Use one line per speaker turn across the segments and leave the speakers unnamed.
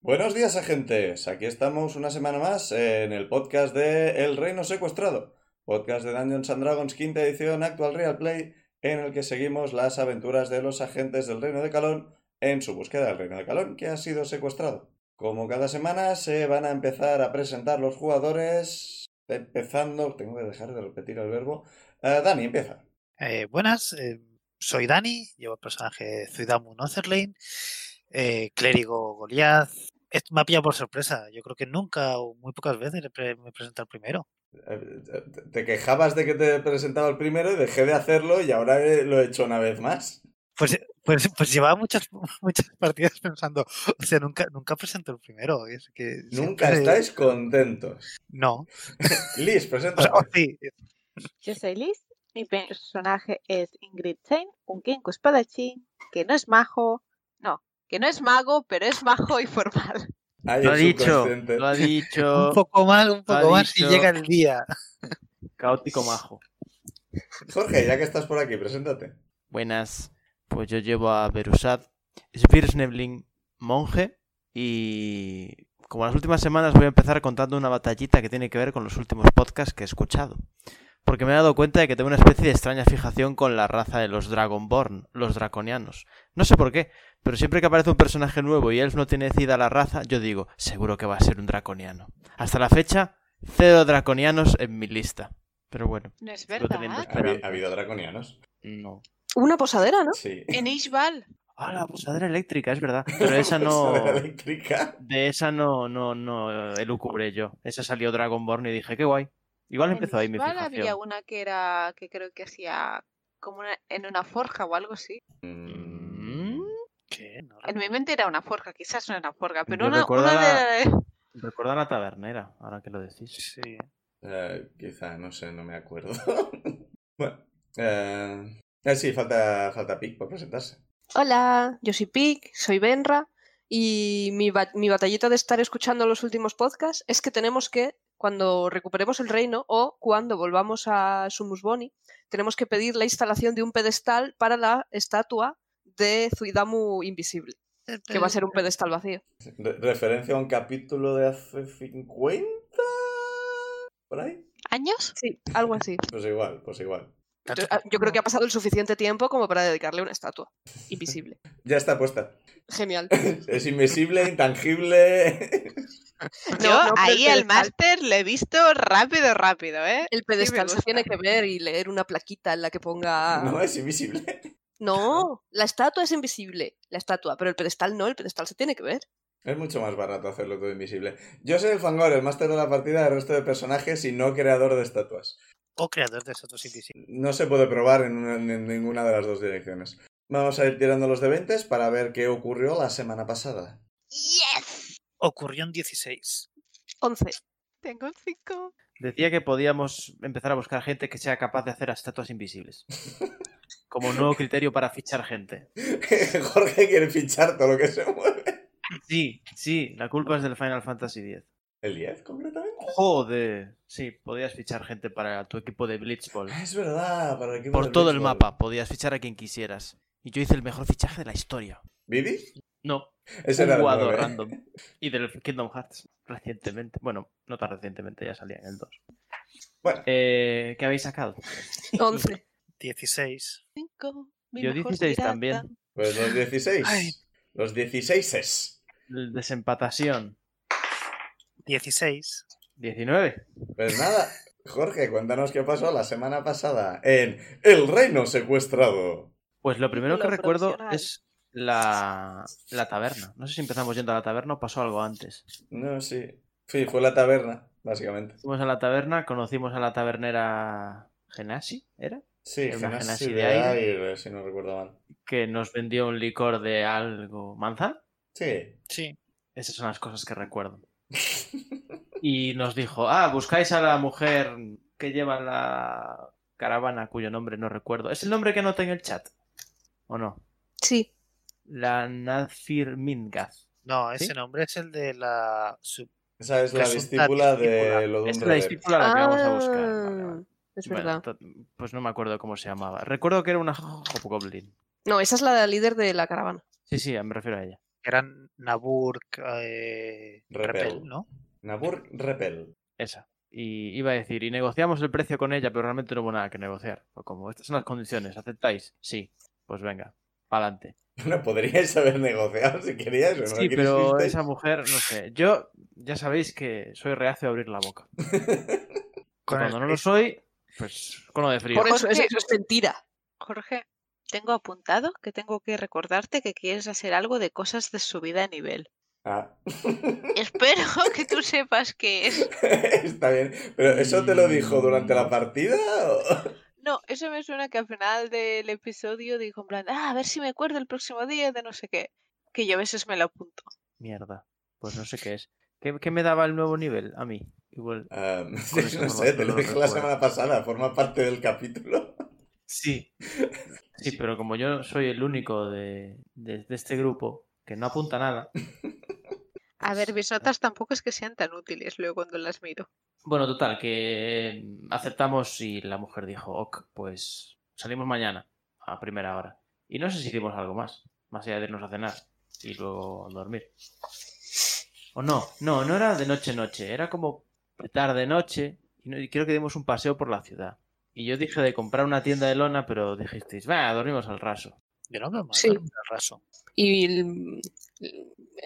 Buenos días, agentes. Aquí estamos una semana más en el podcast de El Reino Secuestrado, podcast de Dungeons and Dragons, quinta edición, actual Real Play, en el que seguimos las aventuras de los agentes del Reino de Calón en su búsqueda del Reino de Calón, que ha sido secuestrado. Como cada semana, se van a empezar a presentar los jugadores, empezando, tengo que dejar de repetir el verbo. Eh, Dani, empieza.
Eh, buenas, eh, soy Dani, llevo el personaje Zuidamu Notherlane, eh, clérigo Goliath. Esto me ha pillado por sorpresa. Yo creo que nunca o muy pocas veces he pre- me he presentado primero.
Eh, te- Te quejabas de que te presentaba el primero y dejé de hacerlo y ahora eh, lo he hecho una vez más.
Pues, pues, pues llevaba muchas, muchas partidas pensando, o sea, nunca, nunca presento el primero. Es que
Nunca
siempre-
estáis contentos.
No.
Liz,
O sea,
oh,
presenta.
o sí,
Yo soy Liz, mi personaje es Ingrid Chain, un Kenku espadachín que no es majo, no, que no es mago, pero es majo y formal.
Ay,
Lo ha
el
dicho,
subconsciente.
lo ha
un
dicho.
poco más, un
ha
poco más y
dicho-
llega el día.
Caótico majo.
Jorge, ya que estás por aquí, preséntate.
Buenas. Pues yo llevo a Berusad, Svirsnebling, monje. Y como las últimas semanas voy a empezar contando una batallita que tiene que ver con los últimos podcasts que he escuchado. Porque me he dado cuenta de que tengo una especie de extraña fijación con la raza de los Dragonborn, los draconianos. No sé por qué, pero siempre que aparece un personaje nuevo y él no tiene decida la raza, yo digo, seguro que va a ser un draconiano. Hasta la fecha, cero draconianos en mi lista. Pero bueno.
No es
Sigo
verdad.
teniendo
Ha, habi-
esperanzas.
ha habido draconianos.
No.
Una posadera, ¿no?
Sí.
En Ishbal.
Ah, la posadera eléctrica, es verdad. Pero esa
Posadera
no.
eléctrica.
De esa no, no, no eh, elucubré yo. Esa salió Dragonborn y dije, qué guay. Igual empezó ahí mi
Ishbal había
fijación.
una que era, que creo que hacía como una- en una forja o algo así.
Mm,
¿Qué? No
Eh,
En mi mente era una forja, quizás no era una forja, pero
Ah. Yo
una,
recuerdo
una
la-
de...
Recuerda la tabernera, ahora que lo decís.
Sí.
Eh, quizá, no sé, no me acuerdo. bueno. eh, eh, sí, falta, falta Pic por presentarse.
Hola, yo soy Pic, soy Benra y mi, ba- mi batallita de estar escuchando los últimos podcasts es que tenemos que, cuando recuperemos el reino o cuando volvamos a Sumus Boni, tenemos que pedir la instalación de un pedestal para la estatua de Zuidamu Invisible, que va a ser un pedestal vacío.
Re- referencia a un capítulo de hace 50. ¿Por ahí?
años.
Sí, algo así.
Pues igual, pues igual.
Tanto-
Ah, Yo creo que ha pasado el suficiente tiempo como para dedicarle una estatua invisible.
Ya está puesta.
Genial.
Es invisible, intangible.
No,
Yo
no, pero
ahí
el
al
pedestal-
máster le he visto rápido, rápido, ¿eh?
El
me
pedestal se
gusta.
tiene que ver y leer una plaquita en la que ponga...
No es invisible.
No, la estatua es invisible, la estatua, pero el pedestal no, el pedestal se tiene que ver.
Es mucho más barato hacerlo todo invisible. Yo soy el Fangor, el máster de la partida, el resto de personajes y no creador de estatuas.
O creador de Sotos Invisibles.
No se puede probar en, una- en ninguna de las dos direcciones. Vamos a ir tirando los de 20 para ver qué ocurrió la semana pasada.
¡Yes!
Ocurrió en 16.
11.
Tengo un 5.
Decía que podíamos empezar a buscar gente que sea capaz de hacer estatuas invisibles. Como nuevo criterio para fichar gente.
Jorge quiere fichar todo lo que se mueve.
Sí, sí, la culpa es del Final Fantasy X.
¿El 10 concretamente?
Joder. Sí, podías fichar gente para tu equipo de Blitzball.
Ah, Es verdad, para el equipo
Por
del
todo el
béisbol.
mapa, podías fichar a quien quisieras. Y yo hice el mejor fichaje de la historia.
¿Bibi?
No,
Ese
un
era el
jugador
9.
random. Y del Kingdom Hearts, recientemente. Bueno, no tan recientemente, ya salía en el 2.
Bueno,
Eh, ¿Qué habéis sacado?
11.
16.
5.
Yo 16 también.
pues los 16.
Ay.
Los 16 es.
El Desempatación,
16.
19.
Pues nada, Jorge, cuéntanos qué pasó la semana pasada en El Reino Secuestrado.
Pues lo primero que
Título
recuerdo
profesional.
es la, la taberna. No sé si empezamos yendo a la taberna o pasó algo antes.
No, sí. Sí, fue la taberna, básicamente.
Fuimos a la taberna, conocimos a la tabernera Genasi, ¿era?
Sí,
Era una
genasi
genasi
de
de aire.
aire, eh, si no recuerdo mal.
que nos vendió un licor de algo manza.
Sí.
Sí.
Esas son las cosas que recuerdo. Y nos dijo, ah, buscáis a la mujer que lleva la caravana cuyo nombre no recuerdo. ¿Es el nombre que anota en el chat? ¿O no?
Sí.
La Nazir Mingaz.
No, ese
¿Sí?
nombre es el de la... su-
Esa es la
Presunta
discípula de
discípula.
Lodun
Es la
Redder.
discípula a la que vamos a buscar. Vale,
Ah,
vale.
Es
Bueno,
verdad.
to- pues no me acuerdo cómo se llamaba. Recuerdo que era una Hobgoblin.
No, esa es la líder de la caravana.
Sí, sí, me refiero a ella.
Eran Naburk, eh,
Repel.
Repel, ¿no?
Nabur Repel.
Esa. Y iba a decir, y negociamos el precio con ella, pero realmente no hubo nada que negociar. Fue como, estas son las condiciones, ¿aceptáis? Sí. Pues venga, pa'lante.
Bueno, podríais haber negociado si queríais, pero no
Sí, pero
quisisteis.
esa mujer, no sé. Yo, ya sabéis que soy reacio a abrir la boca.
Con
Cuando
el
no lo soy, pues con lo de frío.
Por e- eso,
Jorge.
eso es mentira.
Jorge, tengo apuntado que tengo que recordarte que quieres hacer algo de cosas de subida de nivel.
Ah.
Espero que tú sepas qué es.
Está bien. ¿Pero eso te lo dijo durante la partida? o?
No, eso me suena que al final del episodio dijo en plan, ah, a ver si me acuerdo el próximo día de no sé qué. Que yo a veces me lo apunto.
Mierda. Pues no sé qué es. ¿Qué, qué me daba el nuevo nivel a mí? Igual.
Ah,
eso
no
no
sé,
lo-
te lo
no lo
dije la
recuerdo.
semana pasada, forma parte del capítulo.
Sí. Sí, pero como yo soy el único de, de- de este grupo que no apunta nada.
A ver,
pues,
mis
Ah.
notas tampoco es que sean tan útiles luego cuando las miro.
Bueno, total, que eh, aceptamos y la mujer dijo, ok, pues salimos mañana a primera hora. Y no sé si hicimos algo más, más allá de irnos a cenar y luego dormir. O no, no, no era de noche-noche, era como tarde-noche y, no- y creo que dimos un paseo por la ciudad. Y yo dije de comprar una tienda de lona, pero dijisteis, va, dormimos al raso.
Yo no me
Sí.
acuerdo del raso.
Y el-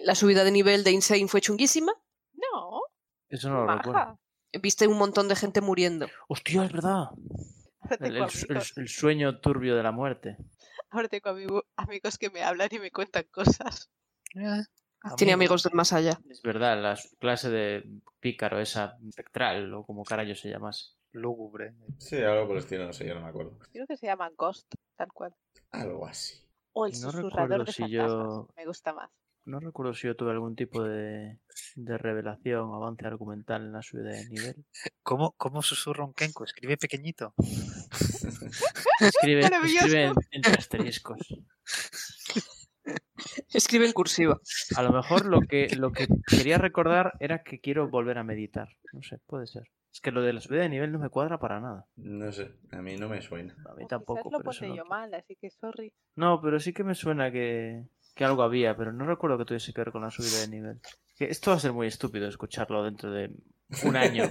la subida de nivel de Insane fue chunguísima.
No,
Eso no lo
maja.
recuerdo.
Viste un montón de gente muriendo.
Hostia, es verdad.
Ahora
El,
tengo,
el su- el
amigos,
su- el sueño turbio de la muerte.
ahora tengo amigo- amigos que me hablan y me cuentan cosas.
Eh,
Ah,
Ah,
Tiene
amigo.
amigos del más allá.
Es verdad, la s- clase de pícaro, esa espectral, o como carajo se llamase.
Lúgubre.
Sí, algo por el estilo, no sé, yo no me acuerdo.
Creo que se llaman Ghost, tal cual.
Algo así.
O el
No recuerdo
susurrador de
si
fantasmas.
yo-
Me gusta más.
No recuerdo si yo tuve algún tipo de, de revelación o avance argumental en la subida de nivel.
¿Cómo, ¿Cómo susurra un Kenko? Escribe pequeñito.
Escribe,
Maravilloso.
escribe en- entre asteriscos.
Escribe en cursiva.
A lo mejor lo que, lo que quería recordar era que quiero volver a meditar. No sé, puede ser. Es que lo de la subida de nivel no me cuadra para nada.
No sé, a mí no me suena.
A
O
mí
quizás
tampoco.
lo
pero eso
puse
no-
yo mal, así que sorry.
No, pero sí que me suena que, que algo había, pero no recuerdo que tuviese que ver con la subida de nivel. Que esto va a ser muy estúpido escucharlo dentro de un año,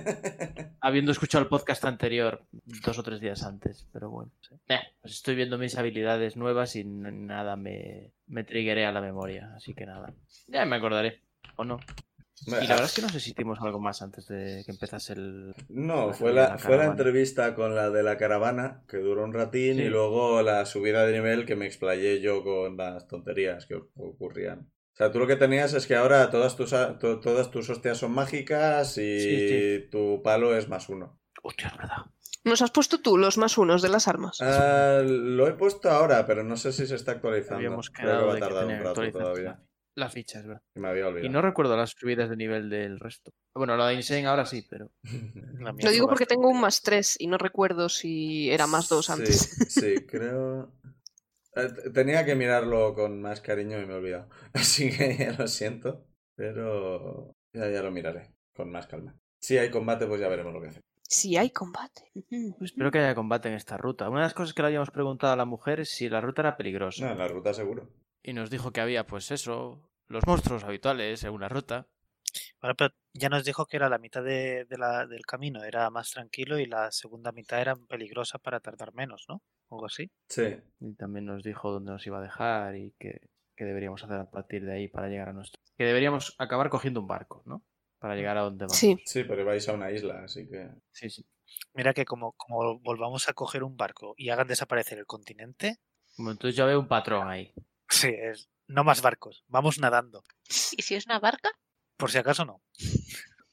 habiendo escuchado el podcast anterior dos o tres días antes, pero bueno. Eh, pues estoy viendo mis habilidades nuevas y n- nada me, me triggeré a la memoria, así que nada. Ya me acordaré, o no. Y la verdad es que no sé si hicimos algo más antes de que empezase el...
No,
La
fue
subida
la,
de la
fue la
caravana.
entrevista con la de la caravana, que duró un ratín,
Sí.
y luego la subida de nivel que me explayé yo con las tonterías que ocurrían. O sea, tú lo que tenías es que ahora todas tus, a- to- todas tus hostias son mágicas y
Sí, sí.
tu palo es más uno.
Hostia, es verdad.
Nos has puesto tú los más unos de las armas.
Ah, lo he puesto ahora, pero no sé si se está actualizando.
Habíamos
Creo que
quedado
va a
de que
tardar
tenía
un
que
rato
actualizar
todavía.
la- la ficha, es verdad.
Me había
Y
olvidado.
no recuerdo las subidas de nivel del resto. Bueno, la de Insane ahora sí, pero.
La mía
Lo
fue
digo porque
bastante-
tengo un más tres y no recuerdo si era más dos
Sí,
antes.
Sí, creo. Eh, t- Tenía que mirarlo con más cariño y me he olvidado. Así que ya lo siento, pero ya, ya lo miraré con más calma. Si hay combate, pues ya veremos lo que hace.
Si hay combate.
Espero que haya combate en esta ruta. Una de las cosas que le habíamos preguntado a la mujer es si la ruta era peligrosa.
No, en la ruta seguro.
Y nos dijo que había, pues eso, los monstruos habituales en una ruta.
Ahora, pero ya nos dijo que era la mitad de, de la- del camino, era más tranquilo y la segunda mitad era peligrosa para tardar menos, ¿no? O algo así.
Sí.
Y también nos dijo dónde nos iba a dejar y qué, qué deberíamos hacer a partir de ahí para llegar a nuestro. Que deberíamos acabar cogiendo un barco, ¿no? Para llegar a donde vamos.
Sí.
Sí, pero vais a una isla, así que.
sí. sí.
Mira que como, como volvamos a coger un barco y hagan desaparecer el continente,
Bueno, entonces yo veo un patrón ahí.
sí, es, no más barcos, vamos nadando.
¿Y si es una barca?
Por si acaso no.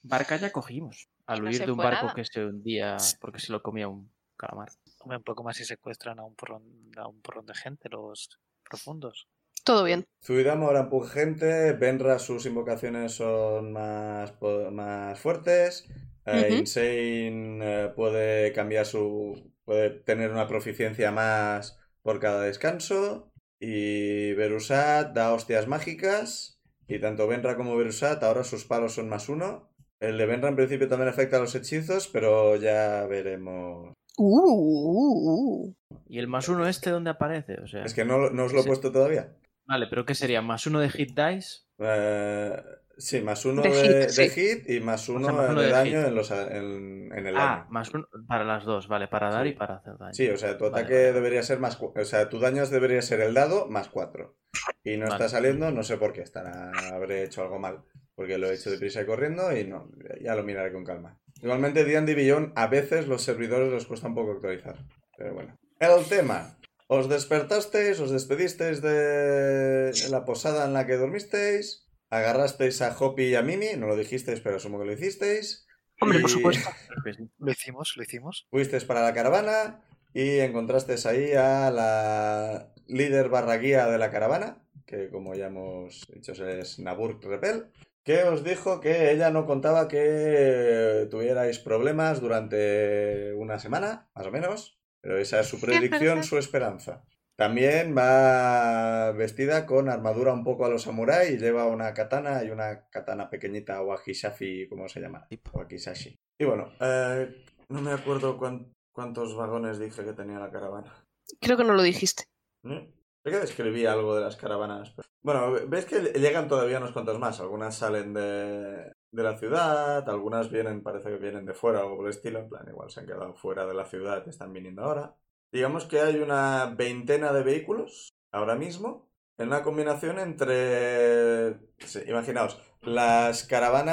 Barca ya cogimos. Al
Y no
huir
se
de un
fue
barco
nada.
que se hundía porque se lo comía un calamar.
Hombre, Un poco más si secuestran a un porrón, a un porrón de gente, los profundos.
Todo bien.
Zuidamo ahora empuja gente, Benra sus invocaciones son más, po- más fuertes, eh,
Ujú.
Insane eh, puede cambiar su... puede tener una proficiencia más por cada descanso, y Berusat da hostias mágicas, y tanto Benra como Berusat ahora sus palos son más uno. El de Benra en principio también afecta a los hechizos, pero ya veremos.
Uh, uh, uh.
¿Y el más uno este dónde aparece? O sea,
Es que no, no os lo he
Sí.
puesto todavía.
Vale, pero ¿qué sería? ¿Más uno de hit dice?
Eh, sí, más uno de,
De hit,
de
sí.
hit y más uno,
más uno
de,
de
daño
hit.
en, los, a- en, en el
Ah,
daño.
más uno para las dos, vale, para dar
Sí.
y para hacer daño.
Sí, o sea, tu
Vale,
ataque
vale.
debería ser más... cu- O sea, tu daño debería ser el dado más cuatro. Y no
Vale.
está saliendo, no sé por qué. Estará, habré hecho algo mal. Porque lo he hecho deprisa y corriendo y no, ya lo miraré con calma. Igualmente, D&D Beyond, a veces los servidores les cuesta un poco actualizar. Pero bueno. El tema. Os despertasteis, os despedisteis de la posada en la que dormisteis. Agarrasteis a Hopi y a Mimi, no lo dijisteis, pero asumo que lo hicisteis.
Hombre, por
Y-
supuesto.
Creo que sí.
Lo hicimos, lo hicimos.
Fuisteis para la caravana y encontrasteis ahí a la líder barra guía de la caravana, que como ya hemos dicho es Nabur Repel, que os dijo que ella no contaba que tuvierais problemas durante una semana, más o menos, pero esa es su predicción, su esperanza. También va vestida con armadura un poco a los samurái y lleva una katana y una katana pequeñita wahishafi, como se llama,
Tip.
wakisashi. Y bueno, eh, no me acuerdo cuán- cuántos vagones dije que tenía la caravana.
Creo que no lo dijiste.
¿Eh? Creo que describí algo de las caravanas. pero- Bueno, ve- ves que llegan todavía unos cuantos más. Algunas salen de, de la ciudad, algunas vienen, parece que vienen de fuera o algo por el estilo. En plan, igual se han quedado fuera de la ciudad y están viniendo ahora. Digamos que hay una veintena de vehículos ahora mismo. En una combinación entre. sí, imaginaos, las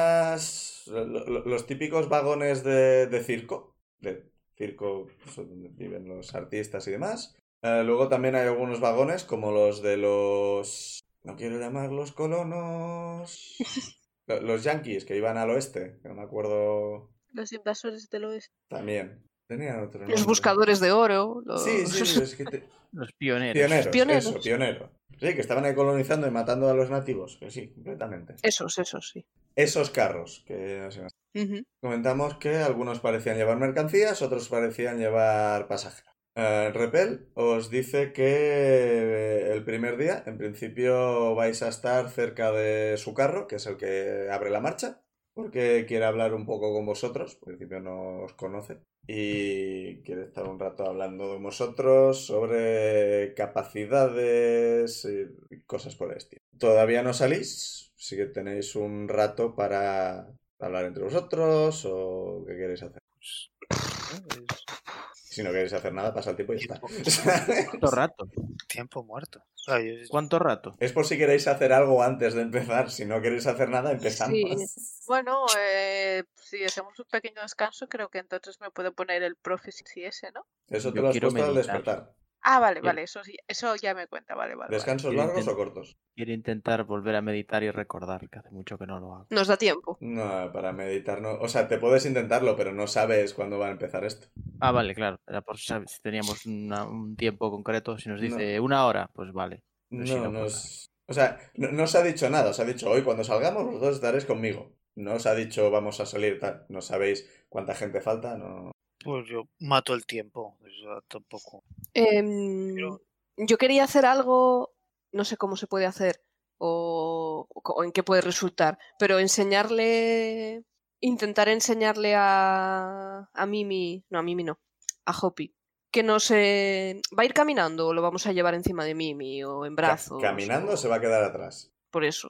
caravanas. lo- lo- los típicos vagones de, de circo. De circo pues, donde viven los artistas y demás. Eh, luego también hay algunos vagones, como los de los. No quiero llamarlos colonos. Lo- Los yankees que iban al oeste, que no me acuerdo
Los invasores del oeste.
también. Tenían otro
Los
nombre.
buscadores de oro. los-
Sí, sí, sí, es que te-
Los pioneros.
Pioneros,
Pioneros.
eso, pionero. Sí, que estaban ahí colonizando y matando a los nativos. Que sí, completamente.
Esos, esos, sí.
Esos carros que así me-
Ujú.
Comentamos que algunos parecían llevar mercancías, otros parecían llevar pasajeros. Eh, Repel os dice que eh, el primer día, en principio, vais a estar cerca de su carro, que es el que abre la marcha, porque quiere hablar un poco con vosotros, en principio no os conoce, y quiere estar un rato hablando con vosotros sobre capacidades y cosas por el estilo. Todavía no salís, sí que tenéis un rato para hablar entre vosotros o qué queréis hacer.
Pues, ¿no? Es
Si no queréis hacer nada, pasa el tiempo y ya está.
¿Cuánto rato?
tiempo muerto. Ah, yo-
¿Cuánto rato?
es por si queréis hacer algo antes de empezar. Si no queréis hacer nada, empezamos.
Bueno, eh, si hacemos un pequeño descanso, creo que entonces me puede poner el prophecy ese, ¿no?
Eso te
Yo
lo has
quiero
puesto al
meditar.
despertar.
Ah, vale,
Bien.
vale, eso, sí- eso ya me cuenta, vale, vale. vale.
¿Descansos
Yo
largos o
intento-
cortos?
Quiero intentar volver a meditar y recordar, que hace mucho que no lo hago.
Nos da tiempo.
No, para meditar no. O sea, te puedes intentarlo, pero no sabes cuándo va a empezar esto.
Ah, vale, claro. Era por saber si teníamos una- un tiempo concreto. Si nos
No.
dice una hora, pues vale.
No,
Pero si no,
no
pues
os- O sea, no, no os ha dicho nada. Os ha dicho, hoy cuando salgamos, vosotros estaréis conmigo. No os ha dicho, vamos a salir tal. No sabéis cuánta gente falta. No...
pues yo mato el tiempo. Yo tampoco.
Em,
Pero-
yo quería hacer algo, no sé cómo se puede hacer o, o co- o en qué puede resultar, pero enseñarle, intentar enseñarle a, a Mimi, no, a Mimi no, a Hopi, que no se... ¿Va a ir caminando o lo vamos a llevar encima de Mimi o en
Ca-
brazos?
Caminando
o-
se va a quedar atrás.
Por eso.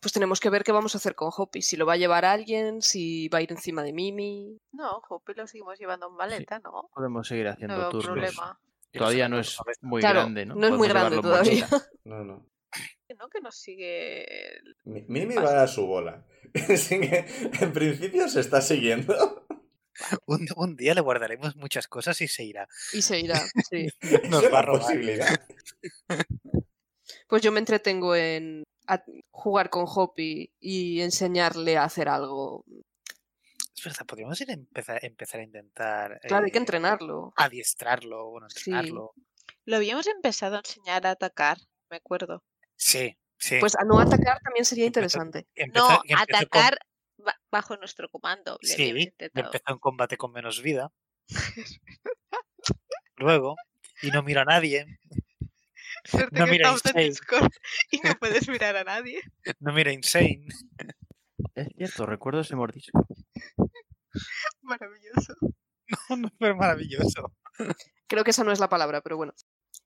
Pues tenemos que ver qué vamos a hacer con Hopi, si lo va a llevar alguien, si va a ir encima de Mimi.
No, Hopi lo seguimos llevando en maleta, ¿no?
podemos seguir
No
haciendo
veo
turnos.
problema.
Yo
Todavía
sé,
no
por
es
cabeza.
muy
Claro,
grande, ¿no?
no es muy
Podemos
grande
llevarlo en bolsa.
todavía.
No, no.
No que nos sigue el-
Mi- Mimi
Vale.
va a su bola. Así que, en principio, se está siguiendo.
Un, un día le guardaremos muchas cosas y se irá.
Y se irá, sí.
Nos
es
va a
la
robar.
posibilidad.
Pues yo me entretengo en a- jugar con Hopi y enseñarle a hacer algo.
Es verdad, podríamos ir a empezar, empezar a intentar.
Claro, hay que
eh,
entrenarlo.
Adiestrarlo, bueno,
Sí.
entrenarlo.
Lo habíamos empezado a enseñar a atacar, me acuerdo.
Sí,
eh.
sí.
Pues a no atacar también sería
Empezó-
interesante.
que empezó-
No,
que empezó con-
atacar ba- bajo nuestro comando. le habíamos
Sí,
intentado.
empezó en combate con menos vida. Luego, y no miro a nadie,
Suerte
No
que
miráis
estamos en
seis.
Discord y no puedes mirar a nadie.
no miro a Insane.
Es cierto, recuerdo ese mordisco.
Maravilloso.
No, pero maravilloso.
Creo que esa no es la palabra, pero bueno.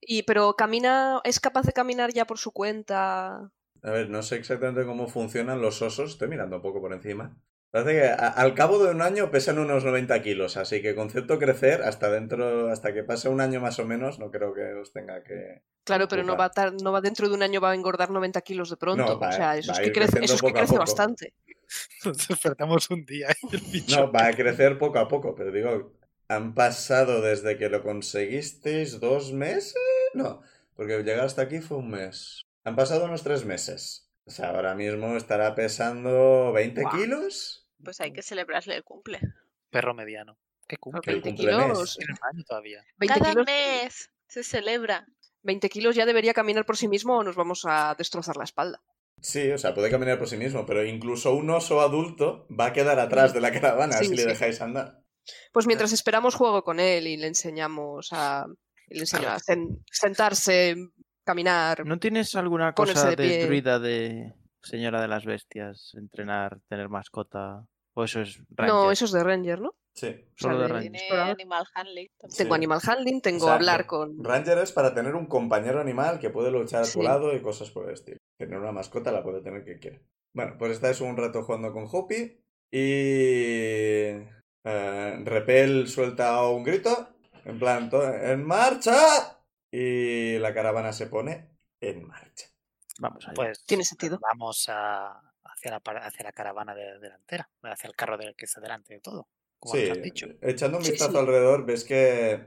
Y pero camina, es capaz de caminar ya por su cuenta.
A ver, no sé exactamente cómo funcionan los osos. Estoy mirando un poco por encima. Parece que a- al cabo de un año pesan unos 90 kilos, así que concepto crecer hasta dentro, hasta que pase un año más o menos, no creo que os tenga que...
Claro, pero no
Ufa.
va, a tar- no va dentro de un año va a engordar 90 kilos de pronto.
va
o
a-
sea, eso
va
es
a
que
ir
crece,
creciendo
eso es que
poco a
crece
poco.
bastante.
Nos despertamos un día y el bicho.
No, va a crecer poco a poco, pero digo, han pasado desde que lo conseguisteis dos meses. No, porque llegar hasta aquí fue un mes. Han pasado unos tres meses. O sea, ahora mismo estará pesando 20
Guau.
kilos.
Pues hay que celebrarle el cumple.
Perro mediano. ¿Qué cumple?
El
20
cumple mes.
kilos,
Tiene un año todavía.
20
Cada
kilos,
mes se celebra.
20 kilos ya debería caminar por sí mismo o nos vamos a destrozar la espalda.
Sí, o sea, puede caminar por sí mismo, pero incluso un oso adulto va a quedar atrás de la caravana
Mm. Sí,
si le
sí.
dejáis andar.
Pues mientras esperamos juego con él y le enseñamos a, y le enseño
Claro.
a sen- sentarse, caminar.
¿No tienes alguna
Ponerse
cosa
de
de,
pie.
druida de señora de las bestias? Entrenar, tener mascota. O eso es ranger?
No, eso es de Ranger, ¿no?
Sí.
Solo
sale
de
de-
ranger.
Tiene
Explorador.
Animal Handling también.
Tengo
Sí.
animal handling, tengo
Exacto.
hablar con.
Ranger es para tener un compañero animal que puede luchar a tu
Sí.
lado y cosas por el estilo. Tener una mascota la puede tener que quiera. Bueno, pues estáis un rato jugando con Hoppy y... eh, Repel suelta un grito, en plan, "To- ¡en marcha! Y la caravana se pone en marcha.
Vamos allá.
Pues
Tiene sentido.
vamos a, hacia, la, par- hacia la caravana de- delantera, hacia el carro del que está delante de todo, como
Sí, eh,
nos han dicho.
echando un
Sí,
vistazo
sí.
alrededor, ves que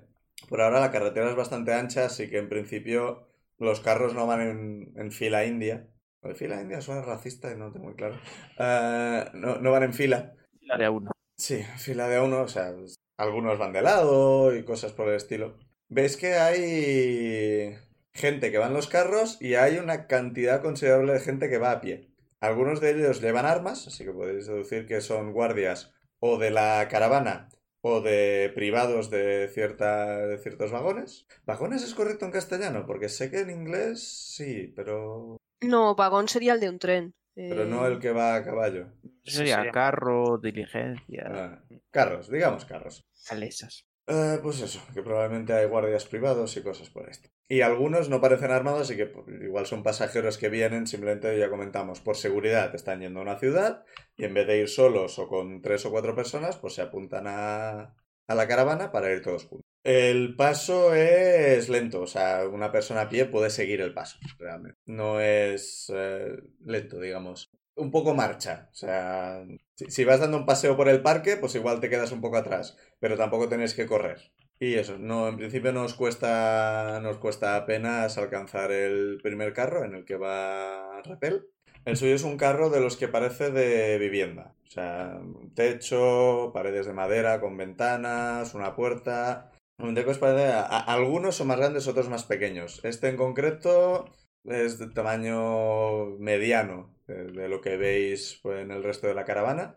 por ahora la carretera es bastante ancha, así que en principio los carros no van en, en fila india. Lo de fila india suena racista y no lo tengo muy claro. Eh, no, no van en fila.
La de a uno.
Sí, fila de a uno, o sea, pues, algunos van de lado y cosas por el estilo. Ves que hay gente que va en los carros y hay una cantidad considerable de gente que va a pie. Algunos de ellos llevan armas, así que podéis deducir que son guardias o de la caravana o de privados de, cierta, de ciertos vagones. ¿Vagones es correcto en castellano? Porque sé que en inglés sí, pero,
No, vagón sería el de un tren.
pero
eh,
no el que va a caballo.
Eso
Sería
sería-
carro, diligencia,
Ah, carros, digamos carros.
calesas.
Eh, pues eso, que probablemente hay guardias privados y cosas por esto. Y algunos no parecen armados, así que pues, igual son pasajeros que vienen, simplemente ya comentamos, por seguridad están yendo a una ciudad y en vez de ir solos o con tres o cuatro personas, pues se apuntan a, a la caravana para ir todos juntos. El paso es lento, o sea, una persona a pie puede seguir el paso, realmente. No es eh, lento, digamos. Un poco marcha, o sea, si- si vas dando un paseo por el parque, pues igual te quedas un poco atrás pero tampoco tenéis que correr. Y eso, no, en principio no os cuesta, no os cuesta apenas alcanzar el primer carro en el que va Repel. El suyo es un carro de los que parece de vivienda. O sea, un techo, paredes de madera con ventanas, una puerta. Un techo es parece. a- a- algunos son más grandes, otros más pequeños. Este en concreto es de tamaño mediano eh, de lo que veis pues, en el resto de la caravana.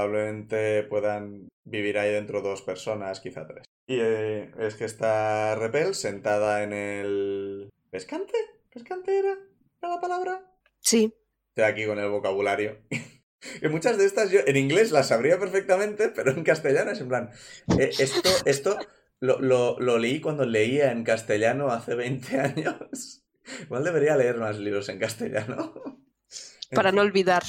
Probablemente puedan vivir ahí dentro dos personas, quizá tres. Y eh, es que está Repel sentada en el... ¿Pescante? ¿Pescante era? ¿Era la palabra?
Sí,
Estoy aquí con el vocabulario. Y muchas de estas yo en inglés las sabría perfectamente, pero en castellano es en plan. eh, esto esto lo, lo- lo leí cuando leía en castellano hace 20 años. Igual debería leer más libros en castellano. En
para
fin.
no olvidar.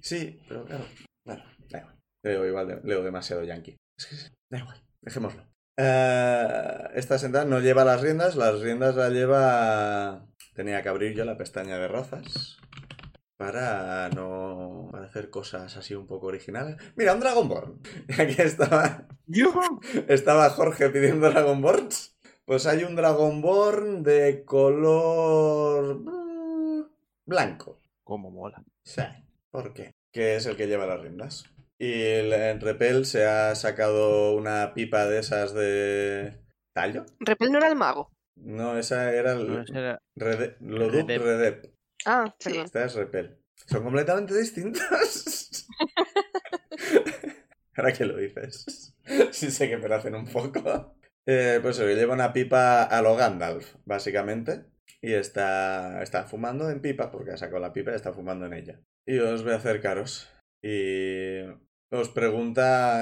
Sí, pero claro. Bueno, da igual. Leo, igual de- leo demasiado yankee. Es que sí, da igual, dejémoslo. Eh, esta sentada no lleva las riendas, las riendas la lleva. Tenía que abrir yo la pestaña de razas. Para no. Para hacer cosas así un poco originales. Mira, un Dragonborn. Aquí estaba. Estaba Jorge pidiendo Dragonborns. Pues hay un Dragonborn de color. mm, blanco.
Cómo mola.
Sí. ¿Por qué? Que es el que lleva las riendas. Y el, en Repel se ha sacado una pipa de esas de. ¿Tallo?
Repel no era el mago.
No, esa era
No,
el.
ese era-
Rede- Lodup
Redep.
Redep.
Ah,
Sí.
perdón.
Esta es Repel. Son completamente distintas. Ahora que lo dices. Sí sé que me lo hacen un poco. Eh, pues eso, que lleva una pipa a lo Gandalf, básicamente. Y está, está fumando en pipa, porque ha sacado la pipa y está fumando en ella. Y os voy a acercaros. Y os pregunta...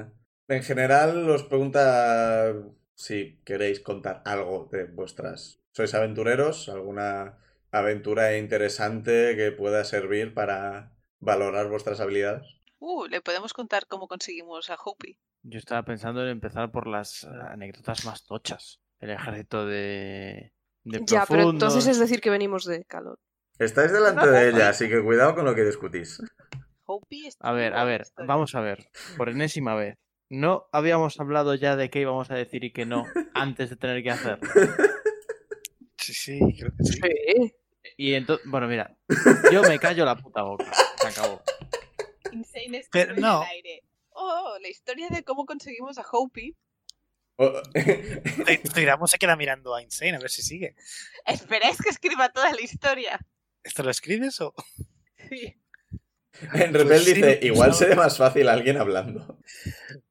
eh, en general os pregunta si queréis contar algo de vuestras... ¿Sois aventureros? ¿Alguna aventura interesante que pueda servir para valorar vuestras habilidades?
Uh, le podemos contar cómo conseguimos a Hopi.
Yo estaba pensando en empezar por las eh, anécdotas más tochas. El ejército de. de
Ya, pero entonces
profundos.
es decir que venimos de calor.
Estáis delante de ella, así que cuidado con lo que discutís.
Hopi está
A ver, a
igual
ver,
historia.
vamos a ver. Por enésima vez. No habíamos hablado ya de qué íbamos a decir y qué no antes de tener que hacer.
Sí, sí, creo que sí.
Sí.
Y entonces, bueno, mira, yo me callo la puta boca. Se acabó.
Insane es
Pero
cruel
no.
al aire. Oh, la historia de cómo conseguimos a Hopi.
Oh,
Tiramos se queda mirando a Insane a ver si sigue.
Esperáis que escriba toda la historia.
¿Esto lo escribes o.?
Sí,
en Repel
sí,
dice,
no,
igual
no.
será más fácil alguien hablando.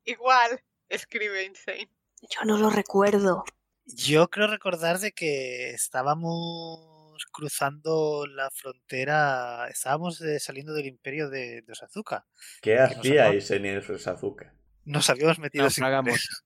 igual escribe Insane.
Yo no lo recuerdo.
Yo creo recordar de que estábamos cruzando la frontera, estábamos eh, saliendo del imperio de, de Osazuka.
¿Qué
nos
hacíais en el Sazuka?
Nos habíamos metido sin querer,
Naufragamos.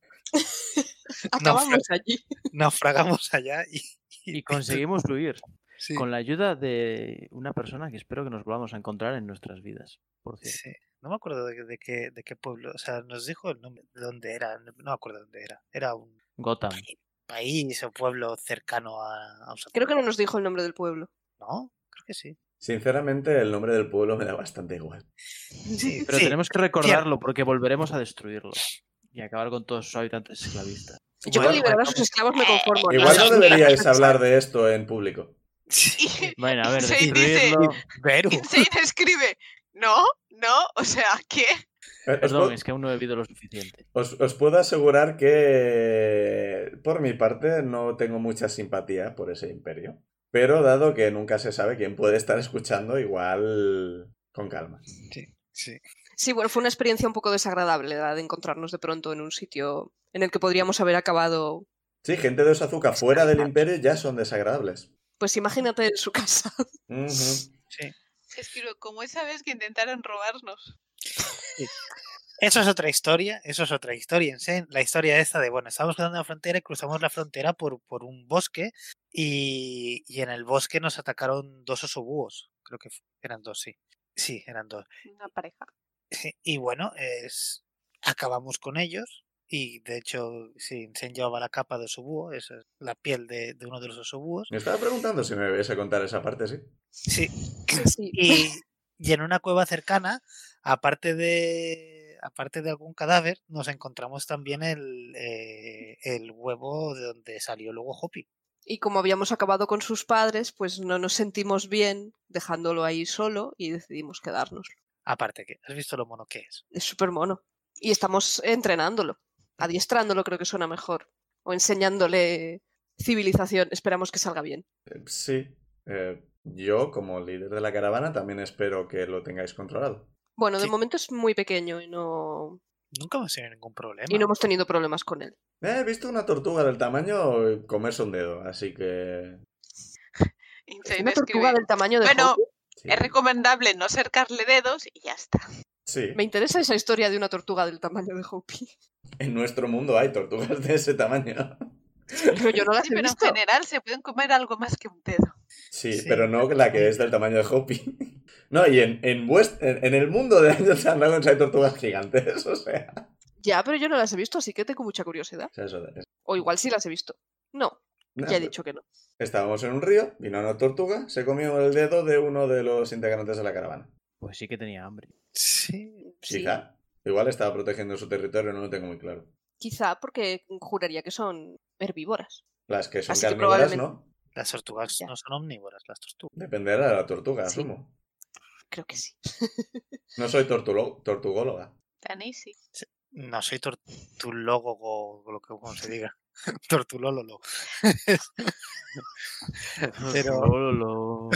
Acabamos allí.
naufragamos allá y,
Y conseguimos huir
sí,
con la ayuda de una persona que espero que nos volvamos a encontrar en nuestras vidas. Por cierto.
sí. No me acuerdo de, de qué, de qué pueblo, o sea, nos dijo el nombre, de dónde era, no no me acuerdo dónde era. Era un
Gotham.
país o pueblo cercano a, a Osazuka.
Creo que no nos dijo el nombre del pueblo.
No, creo que sí.
Sinceramente, el nombre del pueblo me da bastante igual.
Sí,
Pero
sí.
tenemos que recordarlo porque volveremos a destruirlo y acabar con todos sus habitantes esclavistas.
Yo
Bueno,
con liberar a
bueno,
sus esclavos me conformo.
eh, Igual
nada.
no deberíais hablar de esto en público.
sí.
Bueno, a ver,
Sí, dice-
destruirlo.
Beru.
Insane escribe. No, no, o sea, ¿qué?
Eh, Os,
Perdón,
pu-
es que aún no he bebido lo suficiente.
os- os puedo asegurar que, por mi parte, no tengo mucha simpatía por ese imperio. Pero dado que nunca se sabe quién puede estar escuchando, igual con calma.
Sí, sí.
Sí, bueno, fue una experiencia un poco desagradable la de encontrarnos de pronto en un sitio en el que podríamos haber acabado.
Sí, gente de Osazuka fuera del imperio ya son desagradables.
Pues imagínate en su casa.
Ujú.
sí.
Escribe, como esa vez que intentaron robarnos.
Eso es otra historia, eso es otra historia. en sí, La historia esta de, bueno, estamos cruzando la frontera y cruzamos la frontera por, por un bosque y, y en el bosque nos atacaron dos osobúos. Creo que fu- eran dos, sí. Sí, eran dos.
Una pareja.
Sí, eh, Y bueno, es, acabamos con ellos y de hecho, sí, se llevaba la capa de osobúo, esa es la piel de, de uno de los osobúos.
Me estaba preguntando si me vais a contar esa parte, sí.
Sí,
Sí.
y, y en una cueva cercana, aparte de aparte de algún cadáver, nos encontramos también el, eh, el huevo de donde salió luego Hopi.
Y como habíamos acabado con sus padres, pues no nos sentimos bien dejándolo ahí solo y decidimos quedarnos.
Aparte que, ¿has visto lo mono que es?
Es súper mono. Y estamos entrenándolo, adiestrándolo creo que suena mejor. O enseñándole civilización. Esperamos que salga bien.
Eh, Sí. Eh, yo, como líder de la caravana, también espero que lo tengáis controlado.
Bueno, de
Sí.
momento es muy pequeño y no,
Nunca hemos tenido ningún problema.
y no hemos tenido problemas con él.
Eh, He visto una tortuga del tamaño eh, comerse un dedo, así que...
Insane
Una tortuga
escribe.
del tamaño de
Bueno,
Hopi.
sí.
Es recomendable no cercarle dedos y ya está.
Sí.
Me interesa esa historia de una tortuga del tamaño de Hopi.
En nuestro mundo hay tortugas de ese tamaño.
Pero yo no las
Sí,
he
pero
visto.
en general se pueden comer algo más que un dedo.
Sí,
Sí.
pero no la que es del tamaño de Hopi. No, y en, en, vuest- en, en el mundo de Dungeons and Dragons hay tortugas gigantes, o sea...
Ya, pero yo no las he visto, así que tengo mucha curiosidad.
o sea, eso de-
O igual sí las he visto. No,
No,
ya he dicho que no.
Estábamos en un río, vino una tortuga, se comió el dedo de uno de los integrantes de la caravana.
Pues sí que tenía hambre.
Sí,
Sí,
Quizá. Igual estaba protegiendo su territorio, no lo tengo muy claro.
quizá porque juraría que son herbívoras.
Las que son
Así que
carnívoras,
probablemente-
¿no?
las tortugas
Ya.
no son omnívoras, las tortugas.
Dependerá de la tortuga,
Sí.
asumo.
Creo que sí.
No soy tortulo- tortugóloga.
Tan easy.
No soy tortulógogo, o lo que como se diga. Tortulólolo. Pero-
Lo, lo, lo.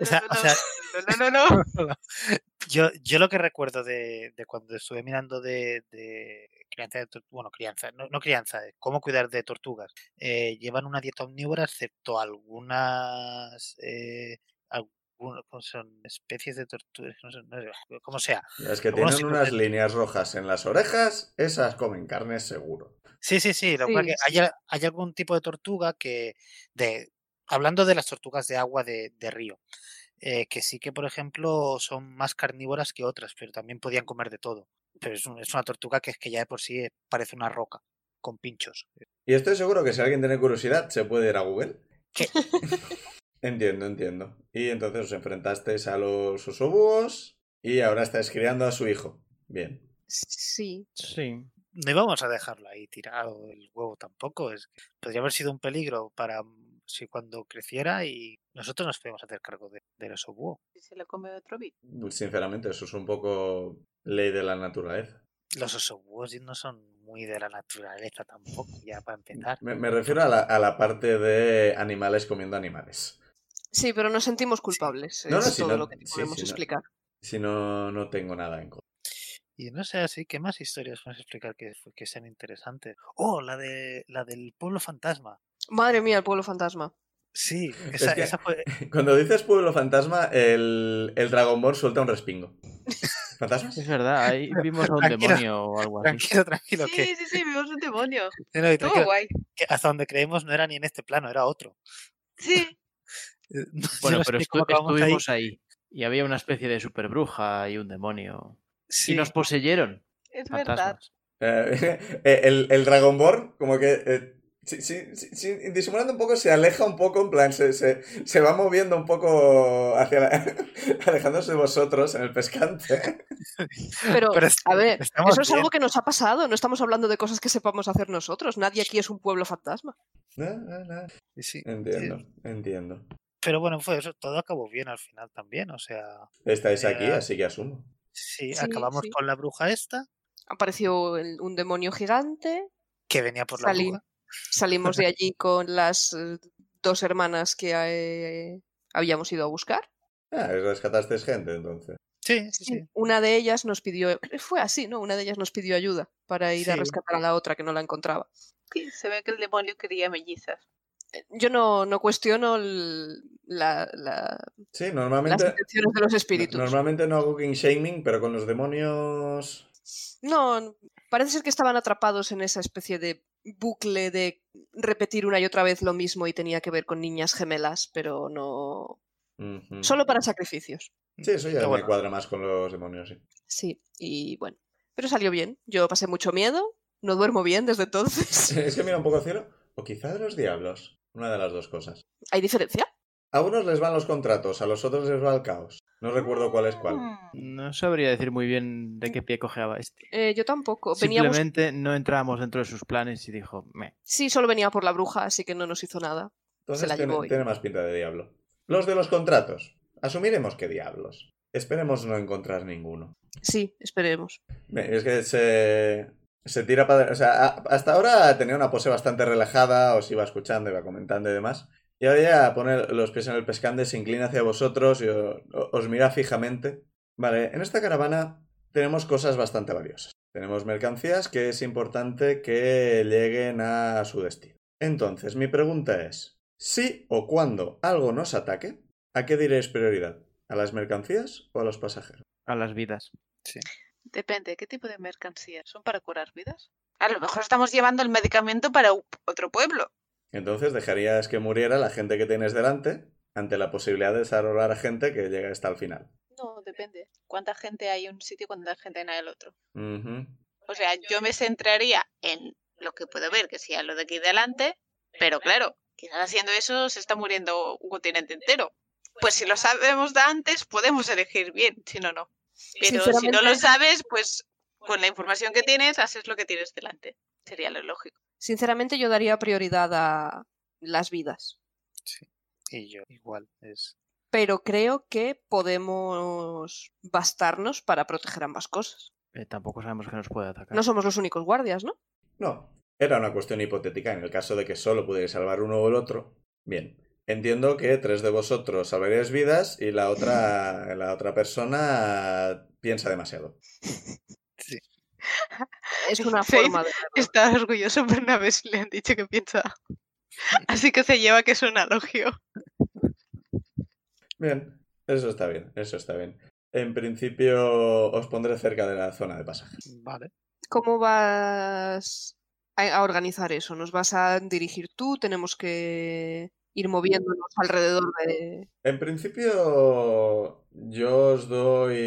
O sea- o sea- yo, yo lo que recuerdo de, de cuando estuve mirando de, de crianza de tor- bueno, crianza, no, no crianza, de cómo cuidar de tortugas, eh, llevan una dieta omnívora excepto algunas eh, algún- ¿cómo son especies de tortugas, no sé, no sé, como sea.
Es que
Algunos
tienen
sí
unas
comen.
líneas rojas en las orejas, esas comen carne seguro.
Sí, sí, sí, lo que pasa
Sí,
es que hay, a- hay algún tipo de tortuga que, de, hablando de las tortugas de agua de, de río, eh, que sí que, por ejemplo, son más carnívoras que otras, pero también podían comer de todo. Pero es, un- es una tortuga que es que ya de por sí eh, parece una roca, con pinchos.
Y estoy seguro que si alguien tiene curiosidad, se puede ir a Google.
Sí.
entiendo, entiendo. Y entonces os enfrentasteis a los osobúos y ahora estáis criando a su hijo. Bien.
Sí.
Sí.
No íbamos a dejarlo ahí tirado el huevo tampoco. Es, podría haber sido un peligro para mm, si cuando creciera y nosotros nos podíamos hacer cargo de, del oso búho.
Si se lo come otro bit.
Sinceramente, eso es un poco ley de la naturaleza.
Los osobúos no son muy de la naturaleza tampoco, ya
Mm.
para empezar.
Me, me refiero a la, a la parte de animales comiendo animales.
Sí, pero nos sentimos culpables.
No, no,
es
si
todo
no-
lo que te
sí,
podemos
sí, no.
explicar.
Si no, no tengo nada en contra.
Y no sé así qué más historias vamos a explicar que, fue- que sean interesantes. Oh, la de la del pueblo fantasma.
Madre mía, el pueblo fantasma.
Sí, esa,
que-
esa fue.
Cuando dices pueblo fantasma, el, el Dragon Ball suelta un respingo. ¿Fantasmas?
Es verdad, ahí vimos a un
Tranquilo,
demonio o algo así.
Tranquilo, tranquilo, que,
Sí, sí, sí, vimos un demonio.
no, no,
Todo
tranquilo,
guay.
que hasta donde creemos no era ni en este plano, era otro.
Sí,
Eh, no- yo
Bueno,
no sé
pero
ni
estu-
cómo acabamos ahí.
estuvimos ahí. y había una especie de superbruja y un demonio.
Sí,
Y nos poseyeron.
es verdad.
Fantasmas.
Eh, el, el Dragonborn, como que. eh, sí- sí- sí- sí, disimulando un poco, se aleja un poco, en plan, se, se- se va moviendo un poco hacia la- alejándose de vosotros en el pescante.
Pero,
Pero es-
a ver,
estamos
eso es
bien.
algo que nos ha pasado. No estamos hablando de cosas que sepamos hacer nosotros. Nadie aquí es un pueblo fantasma.
No, no, no.
sí,
Eh.
sí.
Entiendo, entiendo.
Pero bueno, fue eso, todo acabó bien al final también. O sea,
Estáis aquí,
Eh,
así que asumo.
sí,
Sí,
acabamos
sí.
con la bruja esta,
Apareció el- un demonio gigante.
que venía por la
Salí-
bruja.
Salimos de allí con las eh, dos hermanas que eh, habíamos ido a buscar.
Ah, rescatasteis gente, entonces.
Sí, sí, sí.
Una de ellas nos pidió, eh, fue así, ¿no? Una de ellas nos pidió ayuda para ir a
Sí.
rescatar a la otra que no la encontraba. Eh,
Sí, se ve que el demonio quería mellizas.
Yo no, no cuestiono el- la- la-
Sí,
las
normalmente.
intenciones de los espíritus.
Normalmente no hago king shaming, pero con los demonios.
No, n- parece ser que estaban atrapados en esa especie de bucle de repetir una y otra vez lo mismo y tenía que ver con niñas gemelas, pero no.
Mm.
Ujú.
Solo para Ah, sacrificios.
Sí, eso ya
Pero
me
bueno,
cuadra más con los demonios, sí.
Sí, y bueno. Pero salió bien. Yo pasé mucho miedo, no duermo bien desde entonces.
Es que mira un poco al cielo. O quizá de los diablos. Una de las dos cosas.
¿Hay diferencia?
A unos les van los contratos, a los otros les va el caos. No recuerdo cuál es cuál.
Mm,
No sabría decir muy bien de qué pie cojeaba este.
Eh, yo tampoco. Veníamos...
Simplemente no entrábamos dentro de sus planes y dijo, "Meh".
Sí, solo venía por la bruja, así que no nos hizo nada. Se
Entonces
la
tiene,
llevo hoy.
tiene más pinta de diablo. Los de los contratos. Asumiremos que diablos. Esperemos no encontrar ninguno.
Sí, esperemos.
Me- Es que se, se tira para... O sea, a- hasta ahora tenía una pose bastante relajada, os iba escuchando, iba comentando y demás. Y ahora ya pone los pies en el pescante, se inclina hacia vosotros y o- o- os mira fijamente. Vale, en esta caravana tenemos cosas bastante valiosas. Tenemos mercancías que es importante que lleguen a su destino. Entonces, mi pregunta es, si o cuando algo nos ataque, ¿a qué diréis prioridad? ¿A las mercancías o a los pasajeros?
a las vidas.
Depende, ¿qué tipo de mercancías? ¿Son para curar vidas? A lo mejor estamos llevando el medicamento para u- otro pueblo.
Entonces dejarías que muriera la gente que tienes delante ante la posibilidad de desarrollar a gente que llega hasta el final.
No, depende. ¿Cuánta gente hay en un sitio y cuánta gente hay en el otro?
Ujú.
O sea, yo me centraría en lo que puedo ver, que sea lo de aquí delante, pero claro, quizás haciendo eso se está muriendo un continente entero. Pues si lo sabemos de antes, podemos elegir bien, si no, no. Pero si no lo
Sinceramente-
sabes, pues con la información que tienes, haces lo que tienes delante. Sería lo lógico.
Sinceramente, yo daría prioridad a las vidas.
que yo. Igual es.
Pero creo que podemos bastarnos para proteger ambas cosas.
Eh, tampoco sabemos que nos puede atacar.
No somos los únicos guardias, ¿no?
No, era una cuestión hipotética en el caso de que solo pudiera salvar uno o el otro. Bien, entiendo que tres de vosotros salvaríais vidas y la otra, la otra persona piensa demasiado.
Es una
Sí.
forma de...
Está orgulloso, pero una vez le han dicho que piensa. Así que se lleva que es un alogio.
Bien, eso está bien, eso está bien. En principio os pondré cerca de la zona de pasaje.
Vale.
¿Cómo vas a, a organizar eso? ¿Nos vas a dirigir tú? ¿Tenemos que ir moviéndonos alrededor de...?
En principio yo os doy,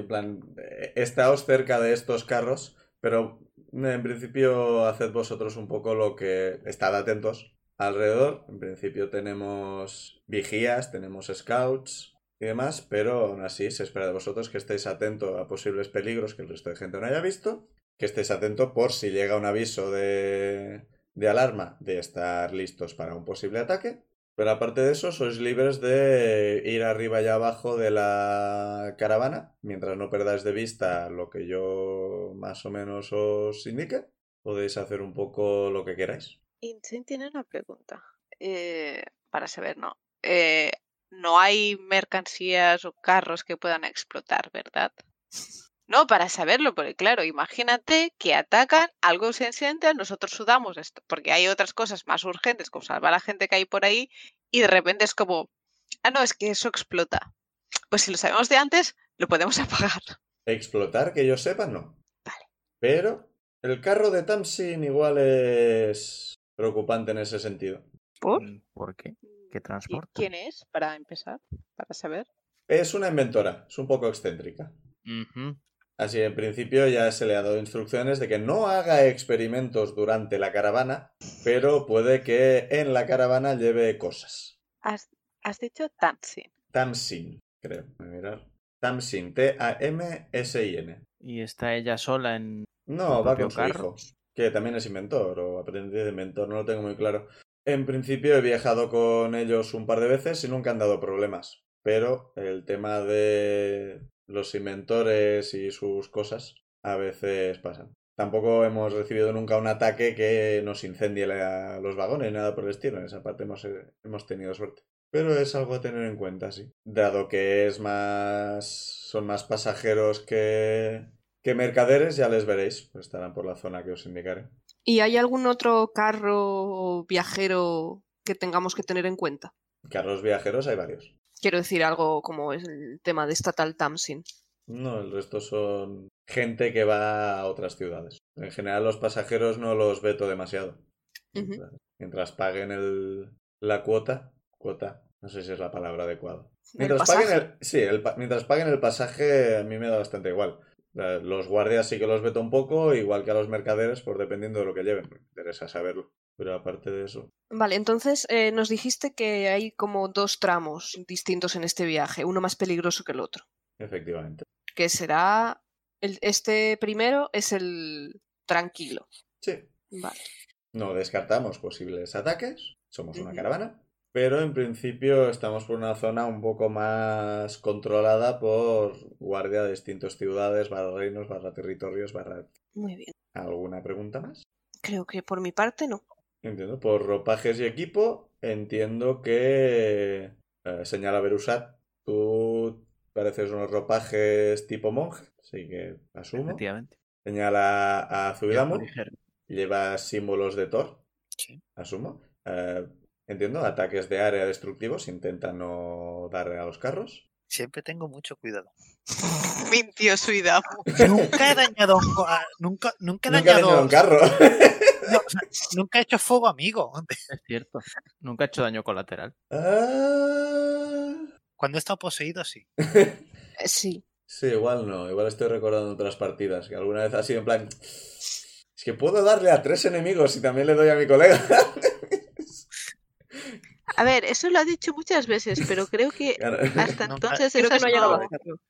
en plan, eh, estáos cerca de estos carros, pero en principio haced vosotros un poco lo que... Estad atentos alrededor. En principio tenemos vigías, tenemos scouts y demás, pero aún así se espera de vosotros que estéis atentos a posibles peligros que el resto de gente no haya visto, que estéis atentos por si llega un aviso de, de alarma de estar listos para un posible ataque. Pero aparte de eso, sois libres de ir arriba y abajo de la caravana, mientras no perdáis de vista lo que yo más o menos os indique. Podéis hacer un poco lo que queráis.
Insane tiene una pregunta. eh, para saber, ¿no? Eh, no hay mercancías o carros que puedan explotar, ¿verdad? No, para saberlo, porque claro, imagínate que atacan, algo se enciende, nosotros sudamos esto, porque hay otras cosas más urgentes, como salvar a la gente que hay por ahí, y de repente es como, ah, no, es que eso explota. Pues si lo sabemos de antes, lo podemos apagar.
Explotar, que yo sepa, no.
Vale.
Pero el carro de Tamsin igual es preocupante en ese sentido.
¿Por?
Mm, ¿Por qué? ¿Qué
¿Y
transporte?
quién es? Para empezar, para saber.
Es una inventora, es un poco excéntrica.
Ujú.
Así, en principio ya se le ha dado instrucciones de que no haga experimentos durante la caravana, pero puede que en la caravana lleve cosas.
Has, has dicho Tansin.
Tamsin, creo. Voy a mirar. Tamsin, T-A-M-S-I-N.
Y está ella sola en...
No,
¿El
va
propio
con su
carro?
hijo, que también es inventor o aprendiz de inventor, no lo tengo muy claro. En principio he viajado con ellos un par de veces y nunca han dado problemas, pero el tema de los inventores y sus cosas a veces pasan. Tampoco hemos recibido nunca un ataque que nos incendie la- los vagones, nada por el estilo. En esa parte hemos, eh, hemos tenido suerte. Pero es algo a tener en cuenta, sí. Dado que es más. son más pasajeros que, que mercaderes ya les veréis, pues estarán por la zona que os indicaré.
¿Y hay algún otro carro o viajero que tengamos que tener en cuenta?
Carros viajeros hay varios.
Quiero decir algo como es el tema de Estatal Tamsin.
No, el resto son gente que va a otras ciudades. En general los pasajeros no los veto demasiado.
Ujú.
Mientras- Mientras paguen el, la cuota, cuota, no sé si es la palabra adecuada. Mientras paguen
pasaje.
el, sí, el pa- mientras paguen el pasaje a mí me da bastante igual. Eh, Los guardias sí que los veto un poco, igual que a los mercaderes, por dependiendo de lo que lleven. Me interesa saberlo. Pero aparte de eso,
Vale, entonces eh, nos dijiste que hay como dos tramos distintos en este viaje, uno más peligroso que el otro,
efectivamente.
que será... el- este primero es el tranquilo.
Sí,
Vale.
No descartamos posibles ataques, somos una
Ujú.
caravana, pero en principio estamos por una zona un poco más controlada por guardia de distintas ciudades, barra reinos, barra territorios, barra...
Muy bien.
¿Alguna pregunta más?
Creo que por mi parte no.
Entiendo, por ropajes y equipo, entiendo que... eh, señala Berusat, tú pareces unos ropajes tipo monje, así que asumo.
Efectivamente.
Señala a Zuidamu.
Ligero.
Lleva símbolos de Thor,
Sí.
asumo. Eh, entiendo, ataques de área destructivos, intenta no darle a los carros.
Siempre tengo mucho cuidado.
Mintió su idea.
Nunca he dañado a un co- a- nunca, nunca he
Nunca ha
dañado.
dañado un carro.
no, o sea, nunca he hecho fuego amigo.
Es cierto. Nunca ha hecho daño colateral.
Ah.
Cuando he estado poseído, sí.
Eh, sí.
Sí, igual no. Igual estoy recordando otras partidas que alguna vez ha sido en plan. Es que puedo darle a tres enemigos y también le doy a mi colega.
A ver, eso lo ha dicho muchas veces, pero creo que
Claro.
hasta
No,
entonces
Creo que
esas
no ha llegado a
Ah, no-
hacerlo.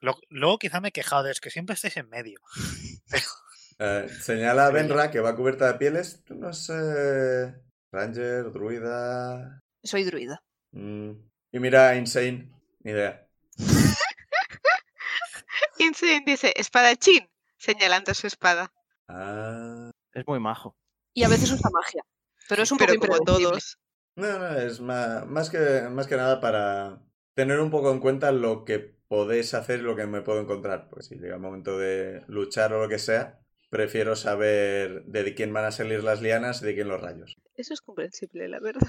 Lo- luego quizá me he quejado de es que siempre estáis en medio.
Eh, señala a Benra que va cubierta de pieles. Tú no sé. Ranger, druida.
Soy druida.
Mm, Mm. Y mira, Insane. Ni idea.
Insane dice, espadachín, señalando su espada.
Ah.
Es muy majo.
Y a veces usa magia. Pero es un
Pero
poco
como
impredecible.
todos.
No, no, es ma- más, que, más que nada para tener un poco en cuenta lo que podéis hacer y lo que me puedo encontrar. Pues si llega el momento de luchar o lo que sea, prefiero saber de quién van a salir las lianas y de quién los rayos.
Eso es comprensible, la verdad.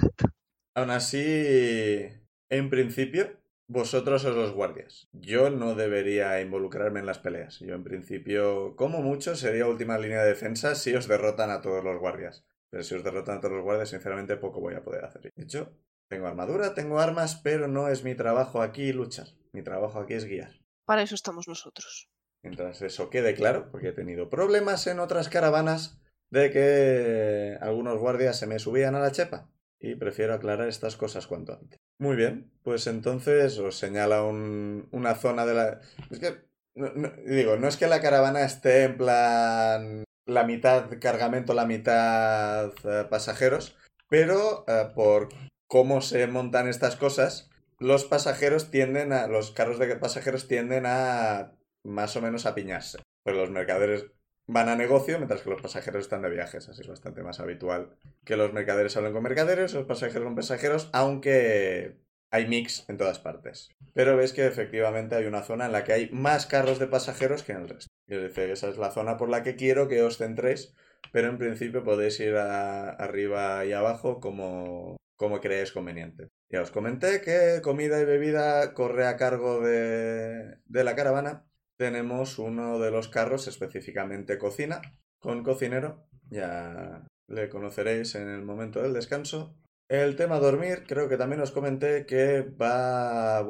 Aún así, en principio, vosotros os los guardias. Yo no debería involucrarme en las peleas. Yo, en principio, como mucho, sería última línea de defensa si os derrotan a todos los guardias. Pero si os derrotan a todos los guardias, sinceramente, poco voy a poder hacer. De hecho, tengo armadura, tengo armas, pero no es mi trabajo aquí luchar. Mi trabajo aquí es guiar.
Para eso estamos nosotros.
Mientras eso quede claro, porque he tenido problemas en otras caravanas de que algunos guardias se me subían a la chepa. Y prefiero aclarar estas cosas cuanto antes. Muy bien, pues entonces os señala un- una zona de la... Es que, no- no- digo, no es que la caravana esté en plan la mitad cargamento, la mitad eh, pasajeros, pero eh, por cómo se montan estas cosas, los pasajeros tienden a... los carros de pasajeros tienden a más o menos apiñarse. Pero los mercaderes van a negocio mientras que los pasajeros están de viajes, así es bastante más habitual que los mercaderes hablen con mercaderes, los pasajeros con pasajeros, aunque hay mix en todas partes. Pero veis que efectivamente hay una zona en la que hay más carros de pasajeros que en el resto. Y os dice, esa es la zona por la que quiero que os centréis, pero en principio podéis ir a- arriba y abajo como, como creáis conveniente. Ya os comenté que comida y bebida corre a cargo de, de la caravana, tenemos uno de los carros específicamente cocina, con cocinero. Ya le conoceréis en el momento del descanso. El tema dormir, creo que también os comenté que va a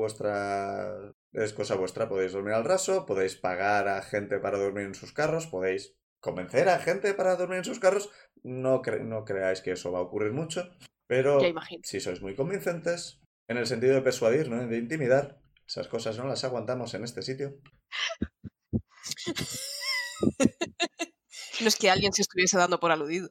vuestra... Es cosa vuestra, podéis dormir al raso, podéis pagar a gente para dormir en sus carros, podéis convencer a gente para dormir en sus carros. No, cre- no creáis que eso va a ocurrir mucho, pero
Oh.
Ya imagino.
si sois muy convincentes, en el sentido de persuadir, no de intimidar, esas cosas no las aguantamos en este sitio.
No es que alguien se estuviese dando por aludido.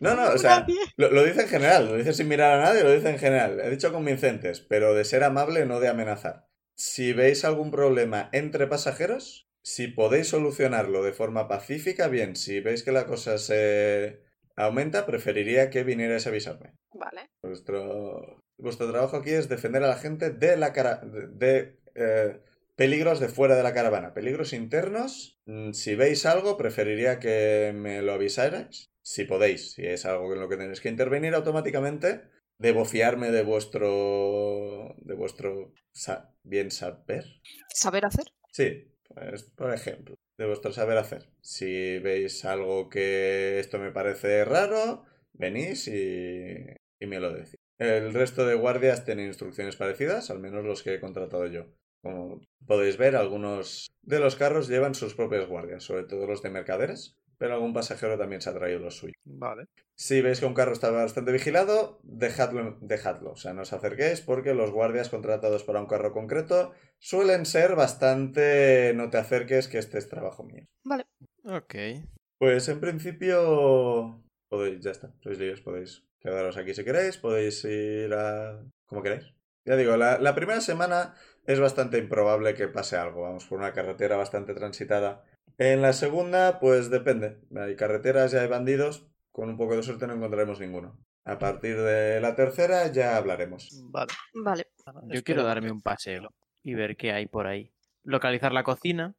No, no, o sea, lo, lo dice en general, lo dice sin mirar a nadie, lo dice en general. He dicho convincentes, pero de ser amable, no de amenazar. Si veis algún problema entre pasajeros, si podéis solucionarlo de forma pacífica, bien. Si veis que la cosa se aumenta, preferiría que vinierais a avisarme.
Vale.
Vuestro, vuestro trabajo aquí es defender a la gente de la cara, de, de, eh, peligros de fuera de la caravana, peligros internos. Mm, Si veis algo, preferiría que me lo avisarais, si podéis, si es algo en lo que tenéis que intervenir automáticamente. Debo fiarme de vuestro, de vuestro sa- bien saber.
¿Saber hacer?
Sí, pues, por ejemplo, de vuestro saber hacer. Si veis algo que esto me parece raro, venís y, y me lo decís. El resto de guardias tienen instrucciones parecidas, al menos los que he contratado yo. Como podéis ver, algunos de los carros llevan sus propias guardias, sobre todo los de mercaderes, pero algún pasajero también se ha traído los suyos.
Vale.
Si veis que un carro está bastante vigilado, dejadlo, dejadlo. O sea, no os acerquéis porque los guardias contratados para un carro concreto suelen ser bastante... No te acerques que este es trabajo mío.
Vale.
Ok.
Pues en principio... Podéis, ya está, sois libres, podéis quedaros aquí si queréis, podéis ir a... como queráis. Ya digo, la, la primera semana es bastante improbable que pase algo. Vamos por una carretera bastante transitada. En la segunda, pues depende. Hay carreteras, ya hay bandidos. Con un poco de suerte no encontraremos ninguno. A partir de la tercera ya hablaremos.
Vale.
Vale.
Bueno,
Yo
espero
quiero
que-
darme un paseo y ver qué hay por ahí. Localizar la cocina,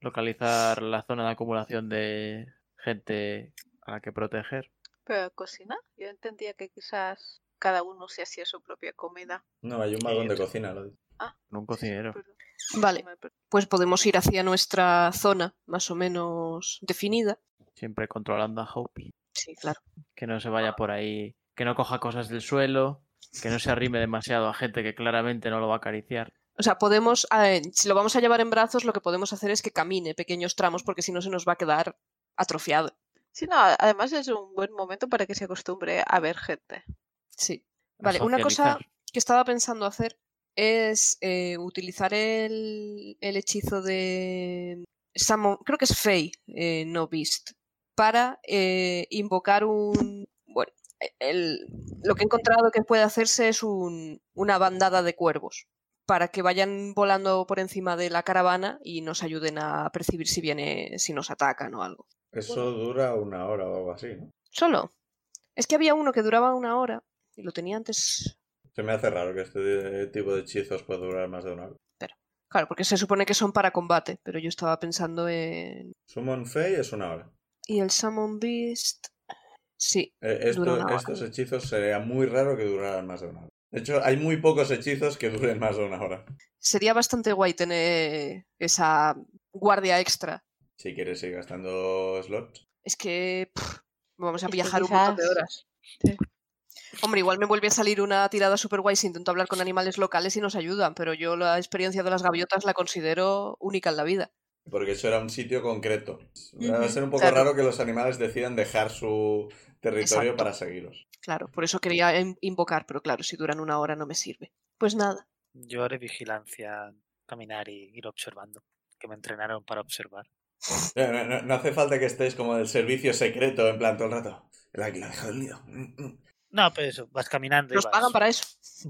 localizar la zona de acumulación de gente a la que proteger.
Pero cocina, yo entendía que quizás cada uno se hacía su propia comida.
No, hay un vagón de cocina, lo digo.
Con un cocinero.
pues.
Pero-
Vale.
me-
Pues podemos ir hacia nuestra zona más o menos definida.
Siempre controlando a Hope.
Sí, claro.
Que no se
Ah.
vaya por ahí. Que no coja cosas del suelo. Que no se arrime demasiado a gente que claramente no lo va a acariciar.
O sea, podemos, eh, si lo vamos a llevar en brazos, lo que podemos hacer es que camine pequeños tramos porque si no se nos va a quedar atrofiado.
Sí, no, a- además es un buen momento para que se acostumbre a ver gente.
Sí.
a
Vale, una cosa
socializar.
que estaba pensando hacer es eh, utilizar el, el hechizo de Samo- creo que es Fey, eh, no Beast, para eh, invocar un, bueno, el- lo que he encontrado que puede hacerse es un- una bandada de cuervos para que vayan volando por encima de la caravana y nos ayuden a percibir si viene, si nos atacan o algo.
Eso dura una hora o algo así, ¿no?
Solo. Es que había uno que duraba una hora y lo tenía antes.
Se me hace raro que este tipo de hechizos pueda durar más de una hora.
Claro, porque se supone que son para combate, pero yo estaba pensando en.
Summon Fey es una hora.
Y el Summon Beast. Sí,
Eh, esto-
Dura una hora.
Estos hechizos sería muy raro que duraran más de una hora. De hecho, hay muy pocos hechizos que duren más de una hora.
sería bastante guay tener esa guardia extra.
Si quieres ir gastando slots.
Es que pff, vamos a
Es que
viajar un montón de
quizás-
horas. Hombre, igual me vuelve a salir una tirada super guay si intento hablar con animales locales y nos ayudan, pero yo la experiencia de las gaviotas la considero única en la vida.
Porque eso era un sitio concreto. Va a
Ujú,
ser un poco
claro.
raro que los animales decidan dejar su territorio
Exacto.
para seguiros.
Claro, por eso quería em- invocar, pero claro, si duran una hora no me sirve. Pues nada.
Yo haré vigilancia, caminar y ir observando, que me entrenaron para observar.
Eh, No, no- no hace falta que estéis como del servicio secreto, en plan todo el rato. El águila ha dejado el nido. Mm, mm.
No, pero eso, vas caminando y
Nos
vas,
pagan para eso.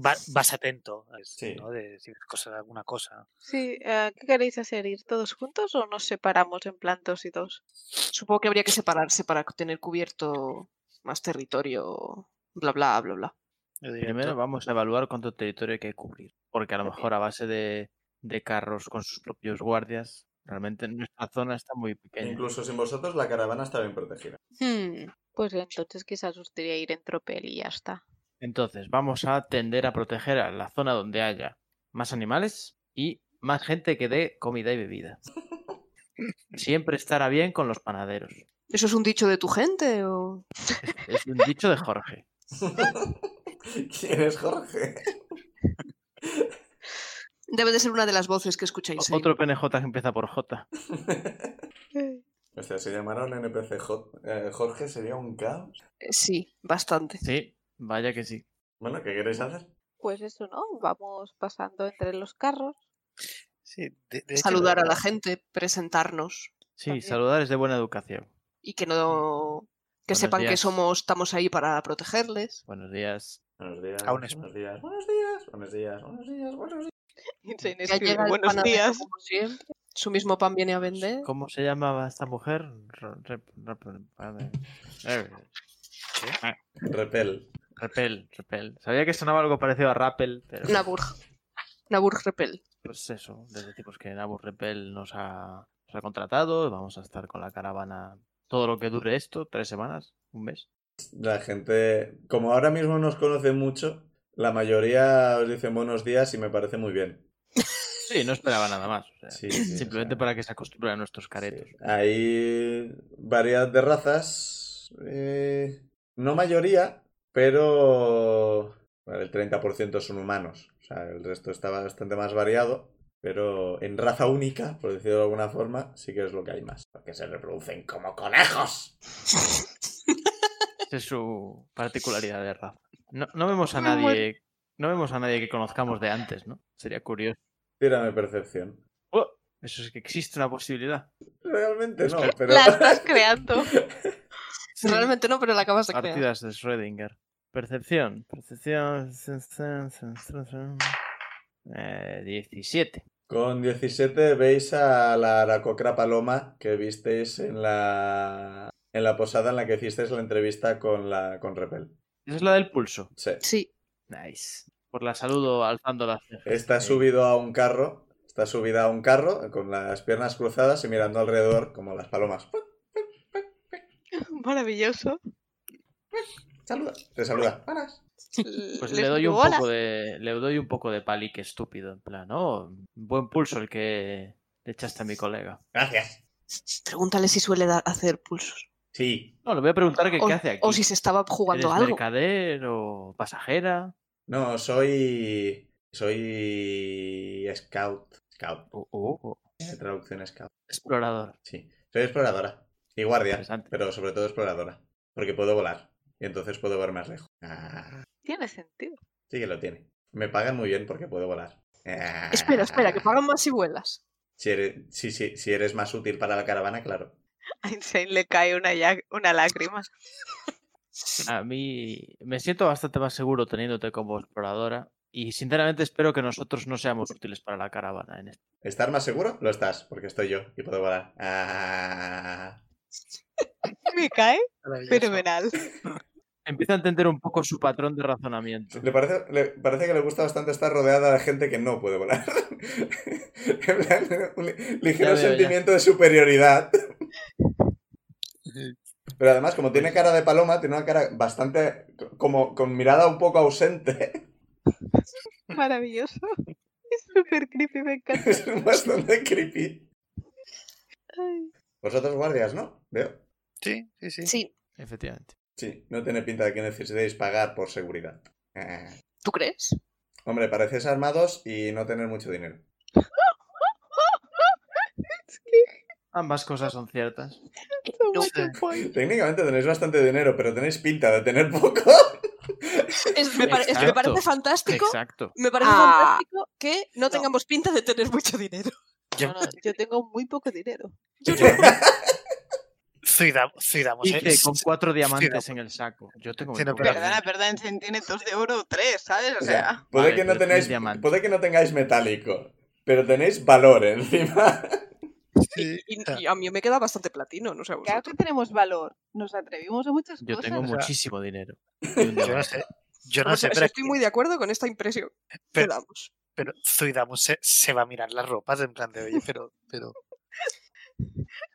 va- vas atento, es,
Sí.
¿no? De si ves cosa- alguna cosa.
Sí, eh, ¿qué queréis hacer? ¿Ir todos juntos o nos separamos en plan dos y dos?
Supongo que habría que separarse para tener cubierto más territorio, bla, bla, bla, bla.
Yo diría,
Primero
"Tú-
vamos a evaluar cuánto territorio hay que cubrir, porque a lo
Ok.
mejor a base de, de carros con sus propios guardias, realmente nuestra zona está muy pequeña.
Incluso sin vosotros la caravana está bien protegida.
Hmm.
Pues entonces quizás os diría ir en tropel y ya está.
Entonces, vamos a tender a proteger a la zona donde haya más animales y más gente que dé comida y bebida. Siempre estará bien con los panaderos.
¿Eso es un dicho de tu gente o...?
Es un dicho de Jorge.
¿Quién es Jorge?
Debe de ser una de las voces que escucháis.
O-
ahí.
Otro PNJ que empieza por J.
O sea, se llamara un NPC Jo- eh, Jorge, sería un caos.
Eh, Sí, bastante.
Sí, vaya que sí.
Bueno, ¿qué queréis hacer?
Pues eso, ¿no? Vamos pasando entre los carros.
sí, de- de hecho,
Saludar a
lo-
la gente, presentarnos
Sí,
También.
saludar es de buena educación.
y que no... Que
Buenos
sepan que
días.
somos, estamos ahí para protegerles.
Buenos días.
Buenos días,
Aún es-
buenos días, buenos días, buenos días, buenos días, buenos días.
Se
Ya llega
escribe,
el
buenos
panadero,
días.
como siempre. Su mismo pan viene a vender.
¿Cómo se llamaba esta mujer? Ro- rep- rep- vale. Eh,
Repel.
Repel, repel. Sabía que sonaba algo parecido a rappel, pero
Naburg. Naburg Repel.
pues eso, les decimos que Nabur Repel nos ha, nos ha contratado, vamos a estar con la caravana todo lo que dure esto, tres semanas, un mes.
La gente, como ahora mismo nos conoce mucho, la mayoría os dicen buenos días y me parece muy bien.
Sí, no esperaba nada más. o sea,
Sí, sí,
simplemente
o sea,
para que se acostumbren a nuestros caretos.
sí. Hay variedad de razas. eh, no mayoría, pero bueno, el 30% son humanos. O sea, el resto está bastante más variado. Pero en raza única, por decirlo de alguna forma, sí que es lo que hay más. Porque se reproducen como conejos.
Esa es su particularidad de raza. No, no vemos a
Me muero.
nadie, no vemos a nadie que conozcamos de antes, ¿no? Sería curioso.
Tírame percepción.
¡Oh! Eso es que existe una posibilidad.
Realmente no, pero.
La estás creando.
Realmente no, pero la acabas de crear.
Partidas de Schrödinger. Percepción. Percepción. zun, zun, zun, zun, zun. Eh, 17.
Con 17 veis a la aracocra paloma que visteis en la, en la posada en la que hicisteis la entrevista con, la, con Repel.
Esa es la del pulso.
Sí.
Sí,
Nice. Por la saludo alzando las cejas.
Está
Eh,
subido a un carro, está subida a un carro con las piernas cruzadas y mirando alrededor como las palomas. ¡Puc!
Maravilloso.
Saluda. Te saluda. Buenas.
Pues le doy un poco de. Le doy un poco de palique estúpido. En plan, oh, buen pulso el que le echaste a mi colega.
Gracias.
pregúntale si suele da- hacer pulsos.
Sí.
No, le voy a preguntar que
o,
qué hace aquí.
o si se estaba jugando
¿Eres
algo.
mercader o pasajera?
No, soy. Soy. Scout. Scout.
O, o- o
Eh.
Traducción Scout.
explorador.
Sí, soy exploradora y guardia,
Interesante.
pero sobre todo exploradora, porque puedo volar y entonces puedo ver más lejos. Ah,
Tiene sentido.
sí que lo tiene. Me pagan muy bien porque puedo volar. Ah.
Espera, espera, que pagan más si vuelas.
Si eres, sí, sí, si eres más útil para la caravana, claro.
A Insane le cae una, ya- una lágrima.
A mí me siento bastante más seguro teniéndote como exploradora y sinceramente espero que nosotros no seamos útiles para la caravana en esto.
¿Estar más seguro? Lo estás, porque estoy yo y puedo volar. Ah.
Me cae
Maravilloso.
fenomenal.
Empiezo a entender un poco su patrón de razonamiento.
Le parece, le parece que le gusta bastante estar rodeada de gente que no puede volar. En plan, un li- ligero
Ya veo, ya.
sentimiento de superioridad. Pero además, como tiene cara de paloma, tiene una cara bastante. como con mirada un poco ausente.
Maravilloso. Es súper creepy, me encanta.
Es bastante creepy.
Ay.
Vosotros guardias, ¿no? Veo.
Sí, sí, sí.
Sí,
Efectivamente.
Sí, no tiene pinta de que necesitéis pagar por seguridad. Ah.
¿tú crees?
Hombre, parecéis armados y no tener mucho dinero.
Es que
Ambas cosas son ciertas.
so
No.
much a point.
Técnicamente tenéis bastante dinero, pero tenéis pinta de tener poco.
Es, me, pare- es que me
Exacto.
parece fantástico.
Exacto.
Me parece
Ah.
fantástico que no tengamos pinta de tener mucho dinero.
Yo-
No, no, yo tengo muy poco dinero.
Zuidam- Zuidamo,
Y
eh,
que con cuatro diamantes
sí,
en el saco. Yo tengo
Sí, no,
muy
pero-
poco
Perdona, perdona, en centímetros de oro tres, ¿sabes? O
O
sea,
sea, puede,
vale,
que no tengáis,
pero tenéis diamante.
puede que no tengáis metálico, pero tenéis valor encima.
sí,
Y,
o
Ah.
sea,
y a mí me queda bastante platino, no sé a
claro
vosotros.
que tenemos valor. Nos atrevimos a muchas
Yo
cosas.
tengo
o sea-
muchísimo dinero. Y un
Yo no
diamante.
sé. Yo no
Vamos,
sé,
o sea,
pero,
estoy muy de acuerdo con esta impresión que
pero-
damos.
pero Zuidamo se, se va a mirar las ropas en plan de oye, pero, pero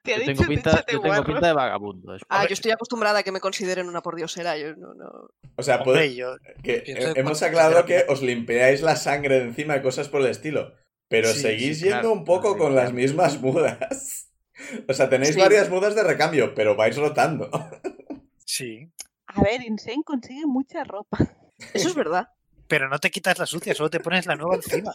Te ha
Yo
dicho,
tengo pinta,
"Pínchate
yo tengo
guarro".
pinta de vagabundo. es-
Ah,
ver.
yo estoy acostumbrada a que me consideren una pordiosera. Yo no, no.
O sea, puede,
hombre, yo
que
pienso en
hemos
cuanto-
aclarado que
terapia.
os limpiáis la sangre de encima y cosas por el estilo, pero
Sí,
seguís
sí,
yendo
claro,
un poco
claro,
con las
claro.
mismas mudas. O sea, tenéis
Sí.
varias mudas de recambio, pero vais rotando.
sí,
A ver, Insane consigue mucha ropa.
Eso es verdad.
pero no te quitas la sucia, solo te pones la nueva encima.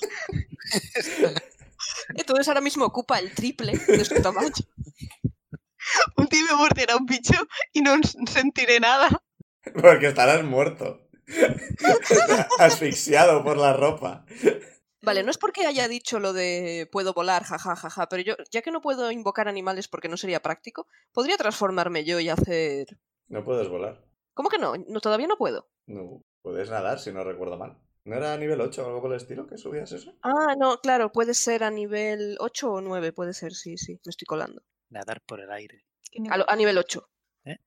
Entonces ahora mismo ocupa el triple de su tamaño.
Un tío me morderá un bicho y no sentiré nada.
Porque estarás muerto. Asfixiado por la ropa.
Vale, no es porque haya dicho lo de puedo volar, jajajaja, pero yo, ya que no puedo invocar animales porque no sería práctico, podría transformarme yo y hacer.
No puedes volar.
¿Cómo que no? No, todavía no puedo.
No, puedes nadar si no recuerdo mal. ¿No era nivel 8 o algo por el estilo que subías eso?
Ah, no, claro, puede ser a nivel 8 o 9, puede ser, sí, sí, me estoy colando.
Nadar por el aire.
A, lo- a nivel 8.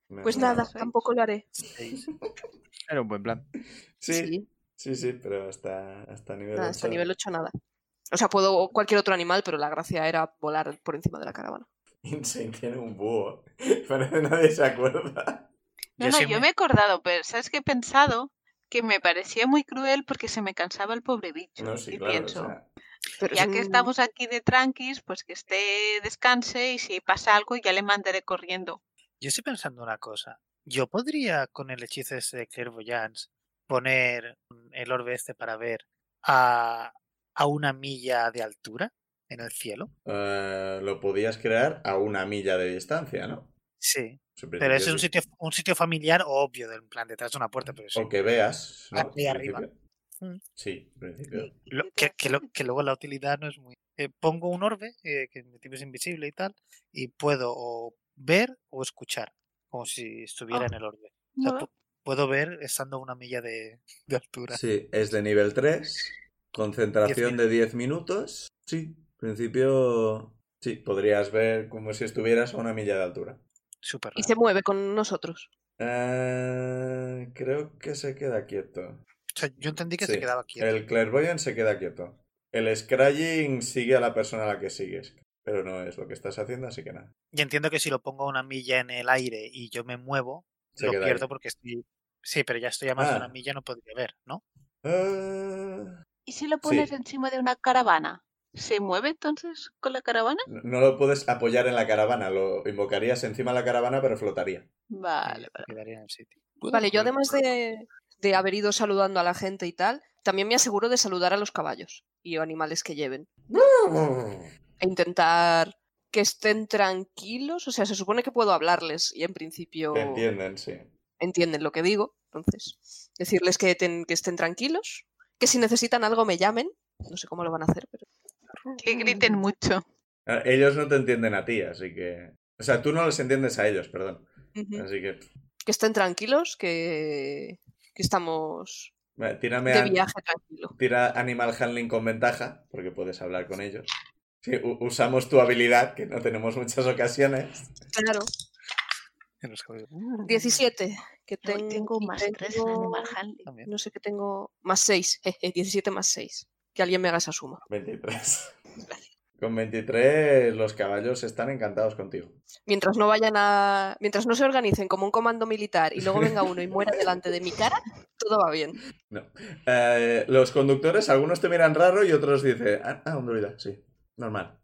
Me
Pues
suena.
nada, tampoco lo haré.
Seis.
Era un buen plan.
Sí, sí, sí, pero hasta, hasta nivel
Nada,
8.
hasta nivel 8 nada. O sea, puedo cualquier otro animal, pero la gracia era volar por encima de la caravana.
Insane tiene un búho. Parece nadie se acuerda.
No,
Yo
no,
sí
yo
me-
me he acordado, pero ¿sabes qué he pensado? Que me parecía muy cruel porque se me cansaba el pobre bicho.
No, sí,
y
claro. o
pienso,
sea,
Pero
ya
es
que
un-
estamos aquí de tranquis, pues que esté descanse y si pasa algo ya le mandaré corriendo.
Yo estoy pensando una cosa. Yo podría con el hechizo ese de Clairvoyance poner el orbe este para ver a, a una milla de altura en el cielo.
eh, lo podías crear a una milla de distancia, ¿no?
Sí.
En
Pero
principio
ese es un
sí.
sitio, un sitio familiar obvio, del plan detrás de una puerta, pero sí.
O que veas. ¿no?
Aquí
En
arriba.
principio.
Mm.
Sí, en principio.
Lo- que, que lo- que luego la utilidad no es muy... eh, pongo un orbe, eh, que mi tipo es invisible y tal, y puedo o ver o escuchar, como si estuviera
Ah,
en el orbe. O sea,
mola.
pu- puedo ver estando a una milla de, de altura.
Sí, es de nivel 3. Concentración de 10 minutos. Sí, en principio. Sí, podrías ver como si estuvieras a una milla de altura.
Súper
Y
raro.
se mueve con nosotros.
Eh, creo que se queda quieto.
O sea, yo entendí que
Sí,
se quedaba quieto.
El clairvoyant se queda quieto. El scrying sigue a la persona a la que sigues. Pero no es lo que estás haciendo, así que nada.
Y entiendo que si lo pongo a una milla en el aire y yo me muevo,
Se
lo
queda ahí.
pierdo porque estoy... Sí, pero ya estoy a más de
Ah.
una milla, no podría ver, ¿no?
Ah,
¿Y si lo pones
Sí.
encima de una caravana? ¿Se mueve entonces con la caravana?
no- no lo puedes apoyar en la caravana, lo invocarías encima de la caravana, pero flotaría.
Y
Vale,
se
vale.
quedaría en el sitio.
Vale, yo además de, de haber ido saludando a la gente y tal, también me aseguro de saludar a los caballos y animales que lleven. E intentar que estén tranquilos. O sea, se supone que puedo hablarles y en principio
Te entienden, sí.
entienden lo que digo. Entonces, decirles que, ten- que estén tranquilos, que si necesitan algo me llamen. No sé cómo lo van a hacer, pero...
Que griten mucho.
Ah,
Mm.
Ellos no te entienden a ti, así que. O sea, tú no los entiendes a ellos, perdón. Así que.
que estén tranquilos, que, que estamos
Vale, tírame
de
an-
viaje tranquilo.
tira Animal Handling con ventaja, porque puedes hablar con ellos. Sí, u- usamos tu habilidad, que no tenemos muchas ocasiones.
Claro.
En los que-
17, que
Hoy
tengo,
tengo
y
más tres en
tengo-
Animal Handling.
También.
No sé qué tengo. Más 6, 17 más 6. Que alguien me haga esa suma.
23. Con 23 los caballos están encantados contigo.
Mientras no vayan a. Mientras no se organicen como un comando militar y luego venga uno y muera delante de mi cara, todo va bien.
Eh, los conductores, algunos te miran raro y otros dicen, ah, ah, un druida, sí, normal.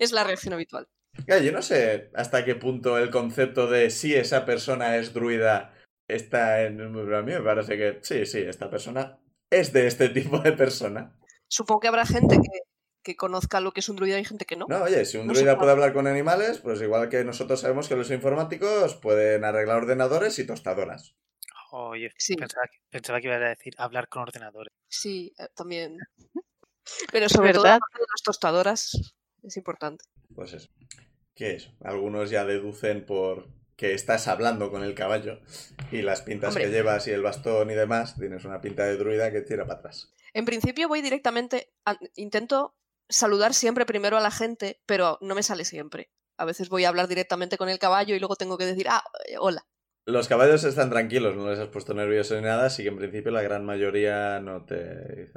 Es la reacción habitual.
Claro, yo no sé hasta qué punto el concepto de si esa persona es druida está en... Pero a mí me parece que sí, sí, esta persona es de este tipo de persona.
Supongo que habrá gente que, que conozca lo que es un druida y gente que no.
No, oye, si un
No se
druida
sabe.
puede hablar con animales, pues igual que nosotros sabemos que los informáticos pueden arreglar ordenadores y tostadoras.
Oye,
Sí.
pensaba, que, pensaba que ibas a decir hablar con ordenadores.
Sí, eh, también. Pero sobre todo
verdad.
la parte de las tostadoras es importante.
Pues eso. ¿Qué es? Algunos ya deducen por que estás hablando con el caballo y las pintas que
Hombre.
llevas y el bastón y demás, tienes una pinta de druida que tira para atrás.
En principio voy directamente. a- intento saludar siempre primero a la gente, pero no me sale siempre. A veces voy a hablar directamente con el caballo y luego tengo que decir, ah, eh, hola.
Los caballos están tranquilos, no les has puesto nervioso ni nada, así que en principio la gran mayoría no te...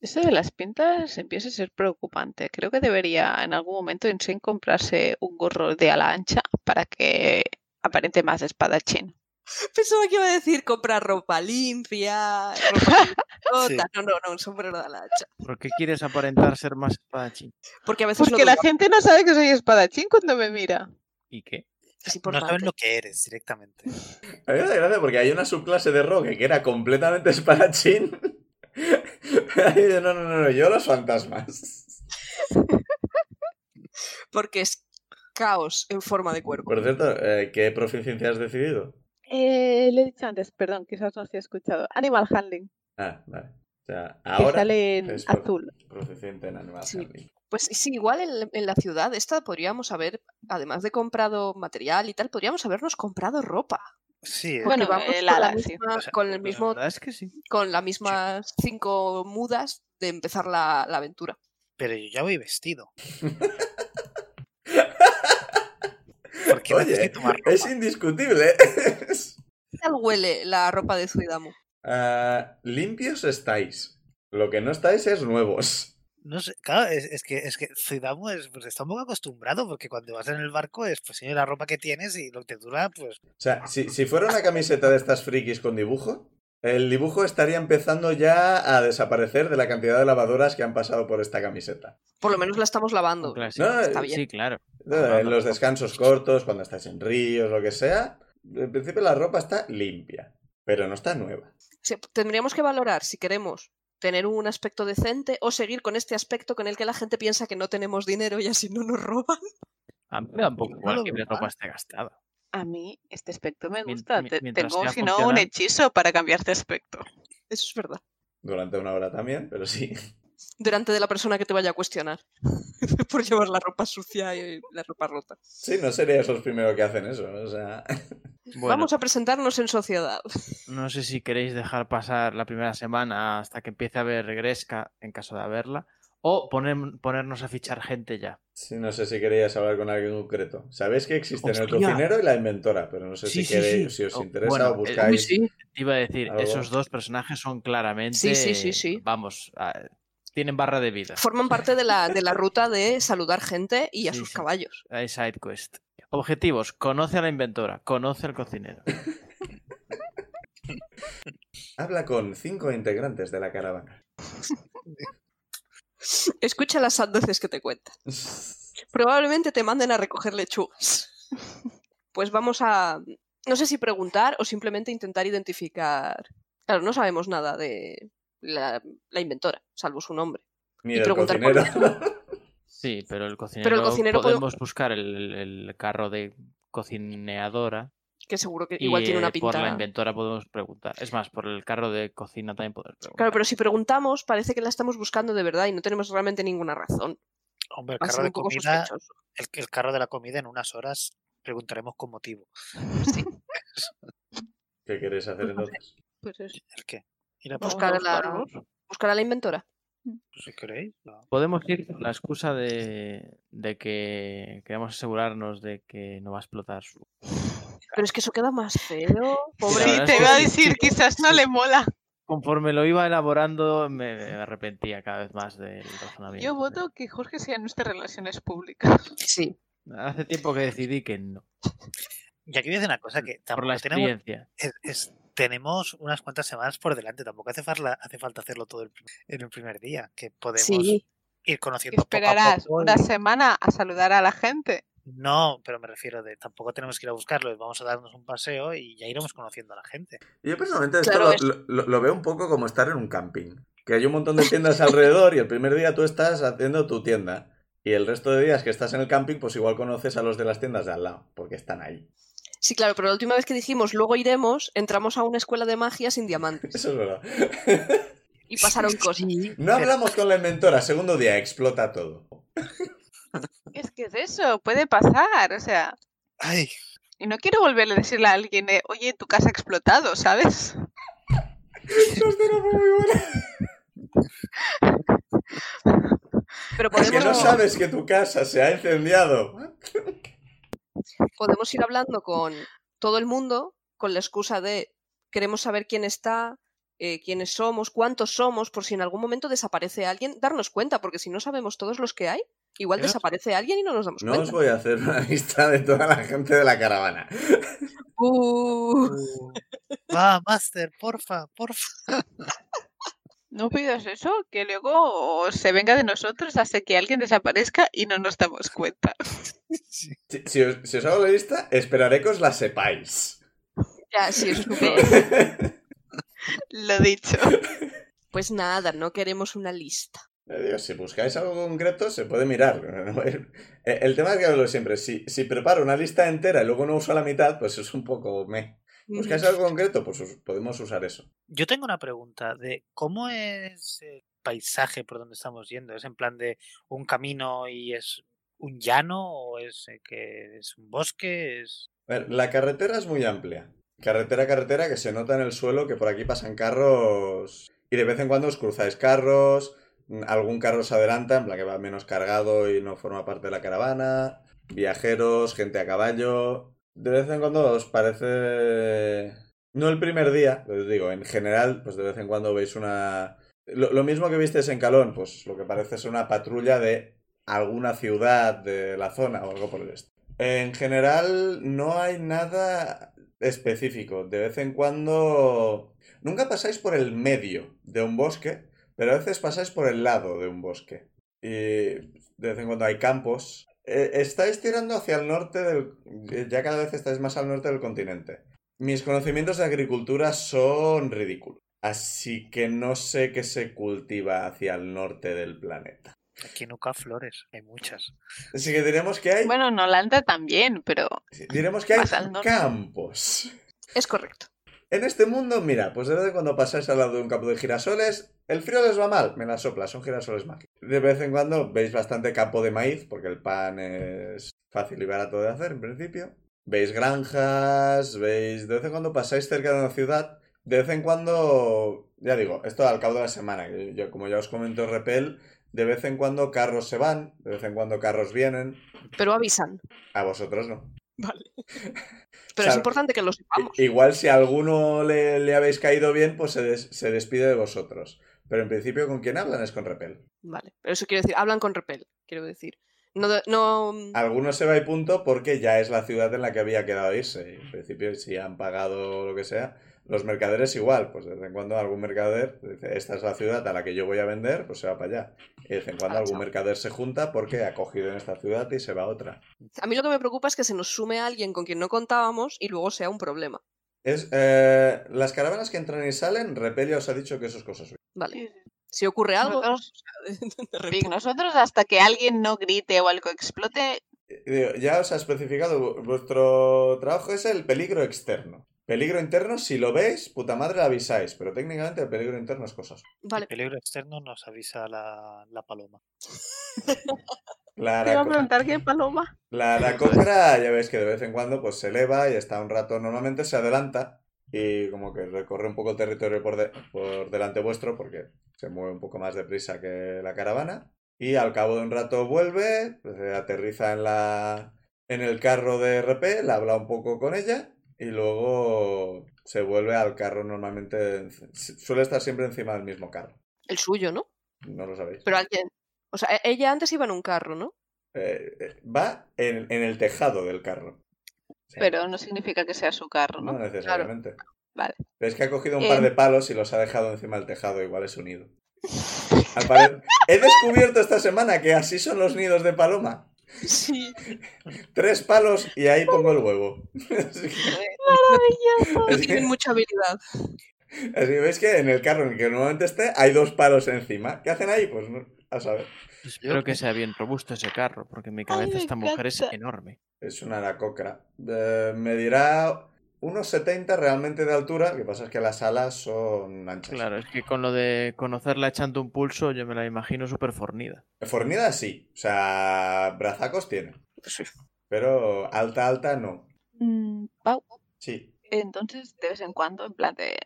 Eso de las pintas empieza a ser preocupante. Creo que debería en algún momento Insane comprarse un gorro de ala ancha para que aparente más espadachín.
Pensaba que iba a decir comprar ropa limpia, ropa limpia.
Sí.
No, no, no, un sombrero de la hacha.
¿Por qué quieres aparentar ser más espadachín?
Porque a veces
Porque
lo
la
dudo,
gente no sabe que soy espadachín cuando me mira.
¿Y qué?
es
No
importante.
saben lo que eres directamente.
A mí me hace gracia porque hay una subclase de rogue que era completamente espadachín. Y yo, no, no, no, no, yo los fantasmas.
Porque es caos en forma de cuerpo.
Por cierto, eh, ¿qué proficiencia has decidido?
Eh, lo he dicho antes, perdón, quizás no os he escuchado. Animal Handling,
Ah, vale. O sea,
que
ahora
sale en
es por-
azul.
proficiente en animal
Sí.
handling.
Pues sí, igual en, en la ciudad esta podríamos haber, además de comprado material y tal, podríamos habernos comprado ropa.
Sí,
Porque
Bueno,
vamos
el
con, la
ala, sí.
misma-
O sea,
con el
Pues
mismo,
La verdad es que sí.
con las mismas cinco mudas de empezar la, la aventura.
pero yo ya voy vestido. Porque
Oye,
necesito más ropa.
es indiscutible.
¿Qué tal huele la ropa de Zuidamu?
Ah, limpios estáis. Lo que no estáis es nuevos.
No sé, claro, es, es que es que Zuidamu es- pues, está un poco acostumbrado porque cuando vas en el barco es pues sí, la ropa que tienes y lo que te dura pues
O sea, si, si fuera una camiseta de estas frikis con dibujo, el dibujo estaría empezando ya a desaparecer de la cantidad de lavadoras que han pasado por esta camiseta.
Por lo menos la estamos lavando.
Un clásico.
No,
Está bien.
Sí, claro.
Eh, En los descansos cortos, cuando estás en ríos, lo que sea, en principio la ropa está limpia, pero no está nueva.
Sí, tendríamos que valorar si queremos tener un aspecto decente o seguir con este aspecto con el que la gente piensa que no tenemos dinero y así no nos roban.
A mí me da un poco
No
igual
lo
que mi
veo
ropa
mal.
esté gastada.
A mí este aspecto me
Mien-
gusta.
mi-
Te-
mientras
Tengo,
sea
si no, un
funcional.
hechizo para cambiar de aspecto.
Eso es verdad.
Durante una hora también, pero sí.
Delante de la persona que te vaya a cuestionar por llevar la ropa sucia y la ropa rota.
Sí, no sería esos primeros que hacen eso. O sea,
Bueno,
Vamos a presentarnos en sociedad.
no sé si queréis dejar pasar la primera semana hasta que empiece a haber regresca, en caso de haberla, o poner- ponernos a fichar gente ya.
sí, no sé si querías hablar con alguien concreto. Sabéis que existen el
Hostia.
cocinero y la inventora, pero no sé
Sí,
si
sí,
queréis,
sí.
si os
Oh,
interesa
bueno,
o
el- uy,
buscáis.
Te Iba a decir,
Algo.
esos dos personajes son claramente.
Sí, sí, sí, sí.
Vamos, a- tienen barra de vida.
Forman parte de la, de la ruta de saludar gente y a
Sí,
sus
sí.
caballos.
Hay side quest. Objetivos: conoce a la inventora, conoce al cocinero.
Habla con cinco integrantes de la caravana.
Escucha las sandeces que te cuentan. Probablemente te manden a recoger lechugas. Pues vamos a. No sé si preguntar o simplemente intentar identificar. Claro, no sabemos nada de la, la inventora, salvo su nombre.
Ni
Y
del
preguntar
cocinero.
Sí, pero el cocinero.
Pero el cocinero puede-
podemos buscar el, el carro de cocineadora.
Que seguro que
y,
igual tiene una
eh, Por la
pinta.
inventora podemos preguntar. Es más, por el carro de cocina también podemos preguntar.
Claro, pero si preguntamos, parece que la estamos buscando de verdad y no tenemos realmente ninguna razón.
hombre el
Va a
carro
ser
de
un poco
comida
sospechoso.
el, el carro de la comida en unas horas preguntaremos con motivo.
¿Qué queréis hacer entonces?
Pues eso.
¿El qué? ¿Ir a
Vamos
Pues
buscar
a
el
buscar
árbol?
Buscar a la inventora.
pues, Si queréis. no.
Podemos ir con la excusa de, de que queremos asegurarnos de que no va a explotar su...
Pero es que eso queda más feo. Pobre.
Sí,
Sí, te iba a decir, quizás no le mola.
Conforme lo iba elaborando, me, me arrepentía cada vez más del razonamiento.
Yo voto que Jorge sea nuestras relaciones públicas.
Sí.
Hace tiempo que decidí que no.
Y aquí voy a decir una cosa que
Mm, Por la
tampoco tenemos,
experiencia.
es- es- tenemos unas cuantas semanas por delante. Tampoco hace, farla- hace falta hacerlo todo el, prim- en el primer día. Que podemos
Sí.
ir conociendo poco a
Esperarás
poco y-
una semana a saludar a la gente.
No, pero me refiero de tampoco tenemos que ir a buscarlo, vamos a darnos un paseo y ya iremos conociendo a la gente.
Yo personalmente esto
Claro,
lo-
es-
lo, lo- lo veo un poco como estar en un camping. Que hay un montón de tiendas alrededor y el primer día tú estás haciendo tu tienda. Y el resto de días que estás en el camping, pues igual conoces a los de las tiendas de al lado, porque están ahí.
Sí, claro, pero la última vez que dijimos luego iremos, entramos a una escuela de magia sin diamantes.
Eso es verdad.
Y pasaron cosas.
No hablamos con la inventora, segundo día, explota todo.
Es que es eso, puede pasar, o sea.
Ay,
Y no quiero volverle a decirle a alguien, eh, oye, tu casa ha explotado, ¿sabes?
Esa escena fue muy buena.
Pero
Es que
podemos,
no sabes que tu casa se ha incendiado.
podemos ir hablando con todo el mundo con la excusa de queremos saber quién está, eh, quiénes somos, cuántos somos, por si en algún momento desaparece alguien, darnos cuenta, porque si no sabemos todos los que hay, igual
Claro.
desaparece alguien y no nos damos
No os
cuenta.
voy a hacer una lista de toda la gente de la caravana.
Uh,
va, Master, porfa, porfa.
No pidas eso, que luego se venga de nosotros hasta que alguien desaparezca y no nos damos cuenta.
Sí.
Si, si os, si os hago la lista, esperaré que os la sepáis.
ya, sí, eso es lo que-
Lo dicho.
Pues nada, no queremos una lista.
Eh, digo, si buscáis algo concreto, se puede mirar. Eh, El tema es que hablo siempre. Si, si preparo una lista entera y luego no uso la mitad, pues es un poco me.
Mm.
¿Buscáis algo concreto? Pues us- podemos usar eso.
Yo tengo una pregunta de cómo es el paisaje por donde estamos yendo. ¿Es en plan de un camino y es un llano o es eh, que es un bosque? Es...
A ver, la carretera es muy amplia. Carretera, carretera, que se nota en el suelo que por aquí pasan carros. Y de vez en cuando os cruzáis carros. mm, Algún carro se adelanta, en plan que va menos cargado y no forma parte de la caravana. Viajeros, gente a caballo. De vez en cuando os parece. No el primer día, os digo, en general, pues de vez en cuando veis una. Lo, lo mismo que visteis en Calón, pues lo que parece ser una patrulla de alguna ciudad de la zona o algo por el estilo. En general, no hay nada específico. De vez en cuando. Nunca pasáis por el medio de un bosque, pero a veces pasáis por el lado de un bosque. Y de vez en cuando hay campos. Eh, estáis tirando hacia el norte del. eh, Ya cada vez estáis más al norte del continente. Mis conocimientos de agricultura son ridículos. Así que no sé qué se cultiva hacia el norte del planeta.
Aquí en Uca flores, hay muchas.
Así que diremos que hay.
Bueno, en Holanda también, pero
diremos que hay
más al norte.
campos.
Es correcto.
En este mundo, mira, pues de vez en cuando pasáis al lado de un campo de girasoles, el frío les va mal, me la sopla, son girasoles mágicos. De vez en cuando veis bastante campo de maíz, porque el pan es fácil y barato de hacer en principio. Veis granjas, veis... De vez en cuando pasáis cerca de una ciudad. De vez en cuando, ya digo, esto al cabo de la semana, que yo- como ya os comentó Repel, de vez en cuando carros se van, de vez en cuando carros vienen.
Pero avisan.
A vosotros no.
Pero
Claro.
es importante que lo sepamos.
I- Igual si a alguno le, le habéis caído bien, pues se, des- se despide de vosotros. Pero en principio con quien hablan es con Repel.
Vale. Pero eso quiero decir, hablan con repel, quiero decir. No, de- no mm,
Alguno se va y punto porque ya es la ciudad en la que había quedado irse. Y en principio si han pagado lo que sea, los mercaderes igual. Pues de vez en cuando algún mercader dice, esta es la ciudad a la que yo voy a vender, pues se va para allá. Y de vez en cuando
Ah,
algún
chao.
mercader se junta porque ha cogido en esta ciudad y se va a otra.
a mí lo que me preocupa es que se nos sume alguien con quien no contábamos y luego sea un problema.
Es, eh, las caravanas que entran y salen, Repel ya os ha dicho que eso es cosa suya.
Vale. Si ocurre algo,
nosotros,
de repente-
sí, nosotros hasta que alguien no grite o algo explote,
Y digo, Ya os ha especificado, vu- vuestro trabajo es el peligro externo. Peligro interno, si lo veis, puta madre, avisáis, pero técnicamente el peligro interno es cosas.
vale.
El peligro externo nos avisa la, la paloma.
Te iba
Clara,
a preguntar qué paloma.
La, la cocra, ya veis que de vez en cuando pues se eleva y está un rato, normalmente se adelanta y como que recorre un poco el territorio por, de- por delante vuestro porque se mueve un poco más deprisa que la caravana y al cabo de un rato vuelve, pues, eh, aterriza en, la, en el carro de RP, la habla un poco con ella y luego se vuelve al carro normalmente, enci- suele estar siempre encima del mismo carro,
El suyo, ¿no?
no lo sabéis.
Pero alguien. O sea, e- ella antes iba en un carro, ¿no?
Eh, eh, va en, en el tejado del carro. Sí.
Pero no significa que sea su carro,
No
¿no?
necesariamente.
Vale.
Pero es que ha cogido un
Eh,
par de palos y los ha dejado encima del tejado, igual es un nido. Al pare- He descubierto esta semana que así son los nidos de paloma.
Sí.
Tres palos y ahí pongo el huevo. Así que-
No
así
tienen
que-
mucha habilidad.
así que veis que en el carro en el que normalmente esté hay dos palos encima. ¿Qué hacen ahí? Pues no, a saber.
Espero que sea bien robusto ese carro, porque en mi cabeza
me
esta mujer es
encanta.
enorme.
Es una aracocra. Eh, medirá unos 70 realmente de altura. Lo que pasa es que las alas son anchas.
Claro, es que con lo de conocerla echando un pulso, yo me la imagino súper fornida.
Fornida sí. O sea, brazacos tiene.
Sí.
Pero alta, alta no.
Mm, Pau,
Sí.
entonces de vez en cuando, en plan de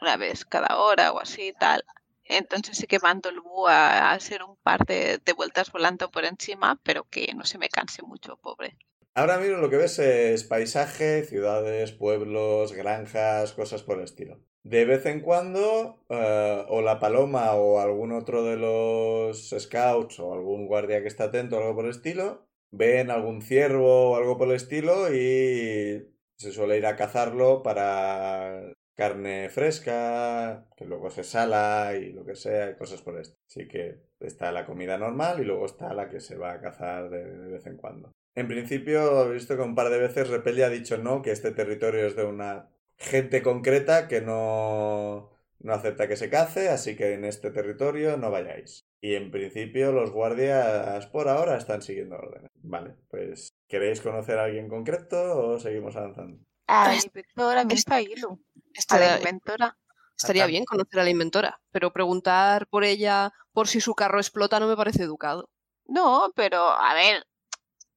una vez cada hora o así, tal. Entonces sí que mando el búho a a hacer un par de, de vueltas volando por encima, pero que no se me canse mucho, pobre.
Ahora mismo lo que ves es paisaje, ciudades, pueblos, granjas, cosas por el estilo. De vez en cuando, eh, o la paloma o algún otro de los scouts o algún guardia que está atento o algo por el estilo, ven algún ciervo o algo por el estilo y se suele ir a cazarlo para carne fresca, que luego se sala y lo que sea, y cosas por el estilo. Así que está la comida normal y luego está la que se va a cazar de- de vez en cuando. En principio, he visto que un par de veces Repelli ha dicho no, que este territorio es de una gente concreta que no, no acepta que se cace, así que en este territorio no vayáis. Y en principio los guardias por ahora están siguiendo órdenes. Vale, pues ¿queréis conocer a alguien concreto o seguimos avanzando?
A
es-
inventora,
es-
Ah, a Ilu. A la
Estaría,
inventora.
estaría
Atán.
bien conocer a la inventora, pero preguntar por ella, por si su carro explota, no me parece educado.
No, pero a ver,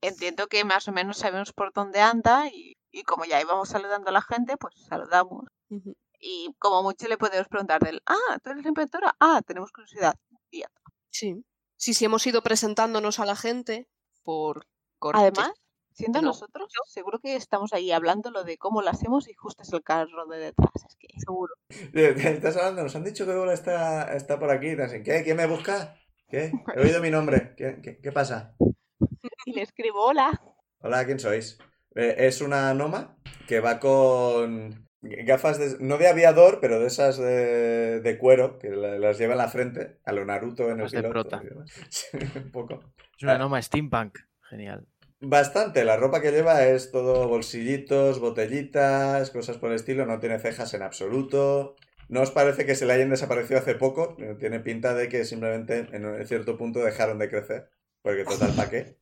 entiendo que más o menos sabemos por dónde anda y, y como ya íbamos saludando a la gente, pues saludamos.
Ujú.
Y como mucho le podemos preguntar del, ah, tú eres la inventora, ah, tenemos curiosidad.
Sí. Sí, sí, hemos ido presentándonos a la gente por cortes.
Además, siendo
No.
nosotros, seguro que estamos ahí hablando lo de cómo lo hacemos y justo es el carro de detrás, es que seguro.
Eh, Estás hablando, nos han dicho que Bola está, está por aquí. y te dicen, ¿Qué? ¿Quién me busca? ¿Qué? He oído mi nombre. ¿Qué, qué, qué pasa?
Y le escribo, hola,
Hola, ¿quién sois? Eh, es una noma que va con gafas, de- no de aviador, pero de esas de, de cuero, que la- las lleva en la frente, a lo Naruto en el
Gafas de
piloto.
prota.
y demás. Sí, un poco.
Es una
Ah.
noma steampunk. Genial.
Bastante, la ropa que lleva es todo bolsillitos, botellitas, cosas por el estilo, no tiene cejas en absoluto. ¿No os parece que se le hayan desaparecido hace poco? Eh, Tiene pinta de que simplemente en un- en cierto punto dejaron de crecer. Porque total, ¿para qué?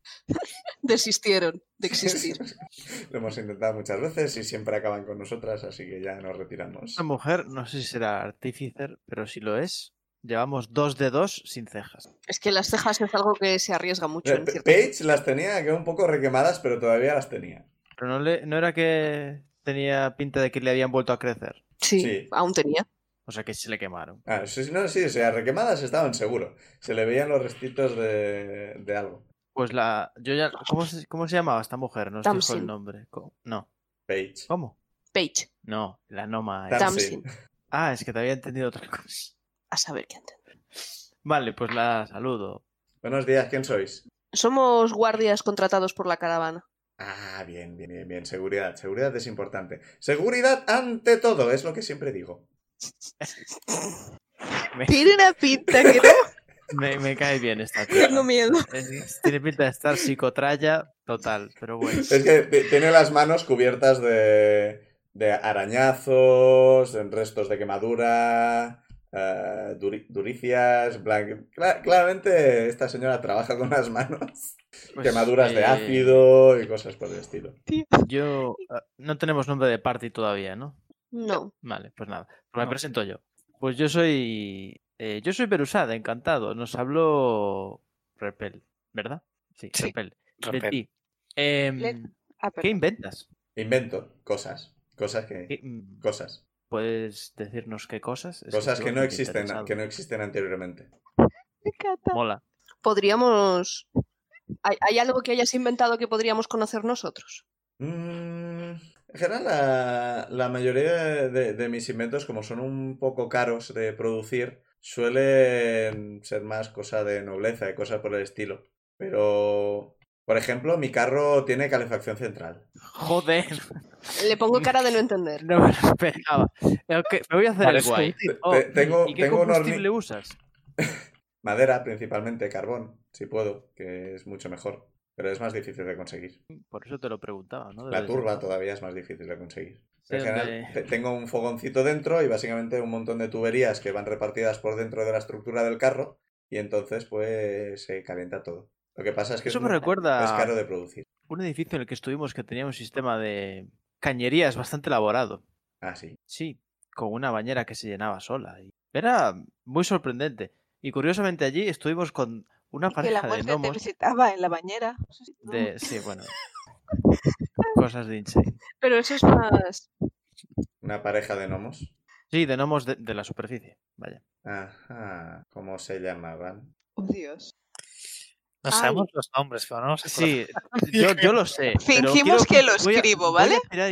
desistieron de existir.
Lo hemos intentado muchas veces y siempre acaban con nosotras, así que ya nos retiramos.
Esta mujer, no sé si será artífice, pero si lo es, llevamos dos de dos sin cejas.
es que las cejas es algo que se arriesga mucho. en
Eh, Pe-
cierto-
Paige las tenía que un poco requemadas, pero todavía las tenía.
Pero no, le, no era que tenía pinta de que le habían vuelto a crecer.
Sí,
sí.
aún tenía.
O sea que se le quemaron.
Ah, sí, no, sí, o sea, requemadas estaban seguro. Se le veían los restitos de, de algo.
Pues la. Yo ya. ¿Cómo se, cómo se llamaba esta mujer? No os dijo
Tamsin.
el nombre. Co- No.
Paige.
¿Cómo?
Paige,
No, la noma.
Tamsin.
esa.
Tamsin.
Ah, es que te había entendido otra cosa.
A saber qué antes.
Vale, pues la saludo.
Buenos días, ¿quién sois?
Somos guardias contratados por la caravana.
Ah, bien, bien, bien, bien. Seguridad, seguridad es importante. Seguridad ante todo, es lo que siempre digo.
Me,
Tiene una pinta que no.
me- me cae bien esta tía.
Tengo miedo.
Es- Tiene pinta de estar psicotralla total, pero bueno.
Es que te- tiene las manos cubiertas de, de arañazos, en restos de quemadura, eh, duri- duricias. blan- cla- claramente esta señora trabaja con las manos.
Pues,
quemaduras de
eh,
ácido y cosas por el estilo.
Yo. eh, no tenemos nombre de party todavía, ¿no?
No.
Vale, pues nada. pues me
No.
presento yo. Pues yo soy. eh, yo soy Berusada, encantado. Nos habló Repel, ¿verdad? Sí,
Sí,
repel. De
repel.
ti. Em,
Le- Ah,
¿Qué
perdón.
inventas?
Invento cosas. Cosas que.
¿Qué- mm,
Cosas.
¿Puedes decirnos qué cosas? Es
Cosas
estoy
que no
bastante
existen,
interesado.
que no existen anteriormente.
Me encanta.
Mola.
Podríamos. ¿Hay, hay algo que hayas inventado que podríamos conocer nosotros?
Mm, en general, la, la mayoría de, de mis inventos, como son un poco caros de producir, suelen ser más cosa de nobleza y cosas por el estilo. Pero, por ejemplo, mi carro tiene calefacción central.
Joder,
Le pongo cara de no entender.
no me lo esperaba. Ok, me voy a hacer
Vale,
el guay.
sí.
Oh,
Te-
¿y-
tengo-
¿Y qué
tengo un horni-
combustible usas?
Madera, principalmente carbón, si puedo, que es mucho mejor. Pero es más difícil de conseguir.
Por eso te lo preguntaba, ¿no?
La
Debe ser.
turba todavía es más difícil de conseguir.
Sé
En general,
dónde-
te- tengo un fogoncito dentro y básicamente un montón de tuberías que van repartidas por dentro de la estructura del carro y entonces pues se calienta todo. Lo que pasa es que
Eso
es,
me
muy-
recuerda
es
a
caro de producir.
un edificio en el que estuvimos que tenía un sistema de cañerías bastante elaborado.
Ah, sí.
Sí, con una bañera que se llenaba sola. y Era muy sorprendente. Y curiosamente allí estuvimos con una
Que la
pareja de
muerte te
gnomos
visitaba en la bañera.
de... Sí, bueno. Cosas de Insane.
Pero eso es más.
Una pareja de gnomos.
Sí, de gnomos de, de la superficie. Vaya.
Ajá. ¿Cómo se llamaban?
Oh, Dios.
No
Ay.
sabemos los nombres, pero no nos acordamos.
Sí, yo, yo lo sé. pero
Fingimos que
quiero-
lo
voy a-
escribo,
voy a
¿vale?
tirar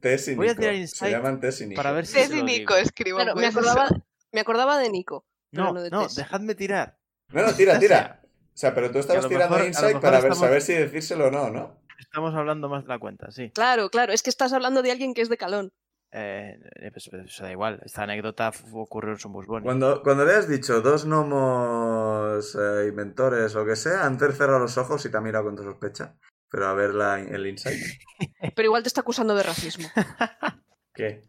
Tess y
Voy a
Nico.
tirar
Se
insight
llaman Tess y Nico.
para ver si
Tess
se
y
lo
Nico
digo.
escribo.
Claro, me
pues,
acordaba, me acordaba de Nico. pero
No,
no de
no,
Tess.
dejadme tirar.
No, no, tira,
Ya sé.
tira. O sea, pero tú estabas
lo
tirando
mejor- a lo
insight
mejor
para ver,
estamos-
saber si decírselo o no, ¿no?
Estamos hablando más de la cuenta, sí.
Claro, claro, es que estás hablando de alguien que es de calón.
Eh, eh, pues, pues, eso da igual. Esta anécdota f- ocurrió en Sumbus Boni.
Cuando, cuando le has dicho dos gnomos eh, inventores, lo que sea, Anter cerra los ojos y te ha mirado con sospecha. Pero a ver la- el insight.
Pero igual te está acusando de racismo.
¿Qué?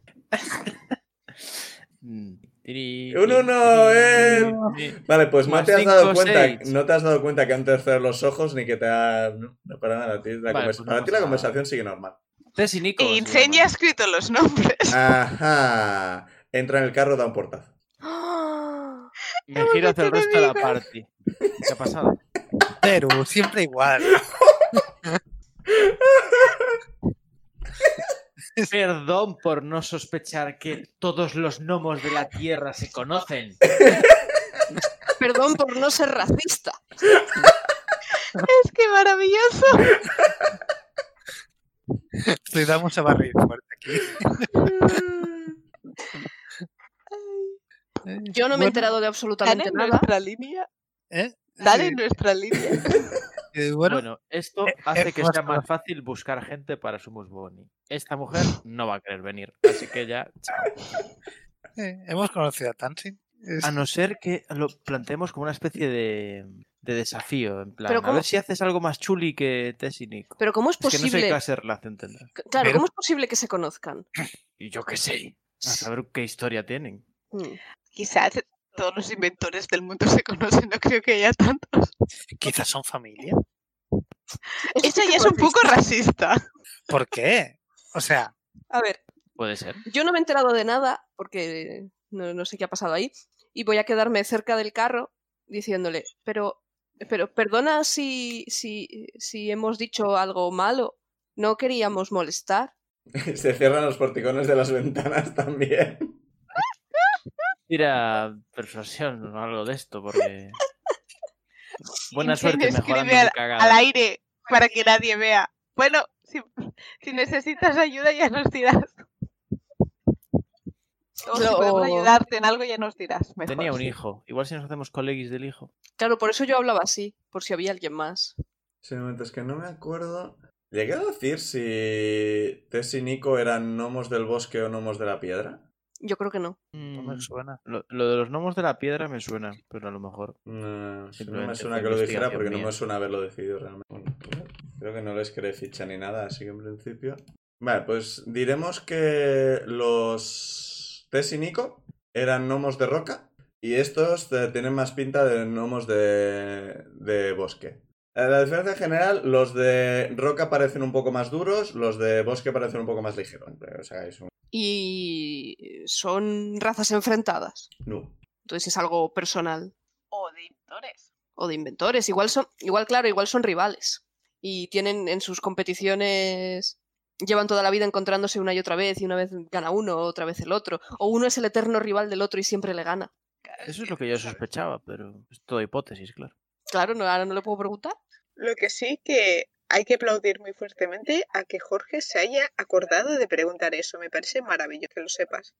Mm, tiri,
¡Un
tiri,
uno,
tiri,
eh!
tiri.
Vale, pues no
Más
te has
cinco,
dado cuenta,
seis.
no te has dado cuenta que Anter cerró los ojos ni que te ha. No, no, para nada, a ti la,
Vale,
convers-
pues no
para ti la
pasa nada.
conversación sigue normal.
Tess y Nico.
Y
se
Insane ya ha
llaman.
escrito los nombres.
Ah.
Ajá. Entra en el carro, da un portazo.
¡Ah!
Me giro hacia el
Hemos
resto de la
hecho
party. ¿Qué ha pasado?
Pero siempre igual.
Perdón por no sospechar que todos los gnomos de la Tierra se conocen.
Perdón por no ser racista.
Es que maravilloso.
Le damos a barrir fuerte aquí.
Yo no me he enterado de
Dan
absolutamente
en
nada.
nuestra línea.
¿Eh?
Dan en
Sí.
nuestra línea.
Eh,
Bueno,
bueno,
esto
eh,
hace
eh,
que
más
sea más fácil buscar gente para Sumus Boni. Esta mujer no va a querer venir, así que ya, chao.
eh, hemos conocido a Tansin. Es-
A no ser que lo planteemos como una especie de, de desafío, en plan,
Pero
a
¿cómo?
ver si haces algo más chuli que Tess y Nico.
Pero ¿cómo es
Es que no
posible?
soy clase de relación tendrá.
C- Claro,
Pero-
¿cómo es posible que se conozcan?
Y yo qué sé. A saber qué historia tienen.
Mm.
Quizás todos los inventores del mundo se conocen, no creo que haya tantos.
Quizás son familia.
Eso
Esa
sí que
ya es un
puede
poco racista.
¿Por qué? O sea,
ser. A ver,
Puede ser.
yo no me he enterado de nada porque no, no sé qué ha pasado ahí. Y voy a quedarme cerca del carro diciéndole, pero, pero perdona si, si, si hemos dicho algo malo. No queríamos molestar.
Se cierran los porticones de las ventanas también.
Tira persuasión o algo de esto, porque. Buena
Insane
suerte
escribe
mejorando mi cagada.
Al aire, para que nadie vea. Bueno, si, si necesitas ayuda ya nos dirás. O si
Lo-
Oh, podemos ayudarte en algo ya nos dirás. Mejor,
Tenía un
sí.
hijo. Igual si nos hacemos colegis del hijo.
Claro, por eso yo hablaba así, por si había alguien más.
Sí, un momento, es que no me acuerdo. Llegué a decir si Tess y Nico eran gnomos del bosque o gnomos de la piedra.
Yo creo que no.
no
Mm.
me suena.
Lo, lo de los gnomos de la piedra me suena, pero a lo mejor.
No, sí, no me
Simplemente
suena
fue
que lo dijera
investigación
porque no
mía.
me suena haberlo decidido realmente. Bueno, pues, creo que no les creé ficha ni nada, así que en principio. Vale, pues diremos que los Tess y Nico eran gnomos de roca y estos eh, tienen más pinta de gnomos de, de bosque. Eh, La diferencia general, los de roca parecen un poco más duros, los de bosque parecen un poco más ligeros. O sea, es un...
Y son razas enfrentadas.
No.
Entonces es algo personal.
O de inventores.
o de inventores. Igual son, igual claro, igual son rivales y tienen en sus competiciones llevan toda la vida encontrándose una y otra vez y una vez gana uno, otra vez el otro, o uno es el eterno rival del otro y siempre le gana.
Eso es lo que yo sospechaba, pero es toda hipótesis, claro.
Claro, no, ahora no le puedo preguntar.
Lo que sí que hay que aplaudir muy fuertemente a que Jorge se haya acordado de preguntar eso. Me parece maravilloso que lo sepas.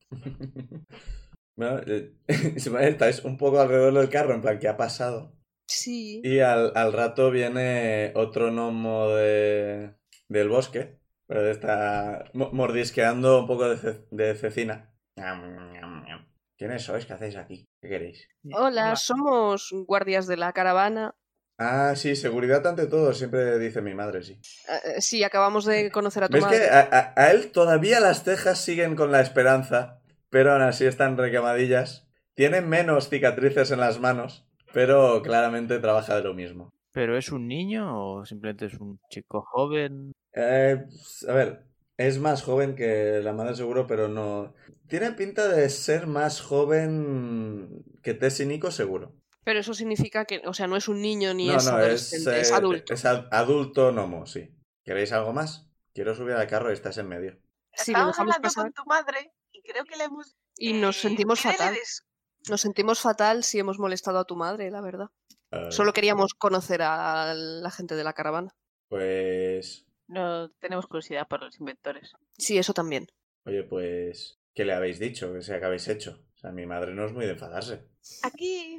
Bueno, eh, Ismael, estáis un poco alrededor del carro, en plan, ¿qué ha pasado?
Sí.
Y al, al rato viene otro gnomo de, del bosque, pero está mo- mordisqueando un poco de, ce- de cecina. Ñam, ñam, ñam. ¿Quiénes sois? ¿Qué hacéis aquí? ¿Qué queréis?
Hola, somos guardias de la caravana.
Ah, sí, seguridad ante todo, siempre dice mi madre, sí.
Eh, eh, sí, acabamos de conocer a tu
¿Ves que ah,
madre.
a, a- a él todavía las cejas siguen con la esperanza, pero aún así están requemadillas? Tiene menos cicatrices en las manos, pero claramente trabaja de lo mismo.
¿Pero es un niño o simplemente es un chico joven?
Eh, a ver, es más joven que la madre seguro, pero no... Tiene pinta de ser más joven que Tess y Nico seguro.
Pero eso significa que, o sea, no es un niño ni
no,
es
no,
adolescente, es,
eh,
adulto.
Es ad- adulto gnomo, sí. ¿Queréis algo más? Quiero subir al carro y estás en medio.
Si lo
Estábamos
dejamos
hablando
pasar
con tu madre y creo que le hemos...
y nos
eh,
sentimos
¿qué le
fatal.
debes?
Nos sentimos fatal si hemos molestado a tu madre, la verdad.
Eh,
Solo queríamos conocer a la gente de la caravana.
Pues...
No tenemos curiosidad por los inventores.
Sí, eso también.
Oye, pues, ¿qué le habéis dicho? ¿Qué sea que habéis hecho? O sea, mi madre no es muy de enfadarse.
Aquí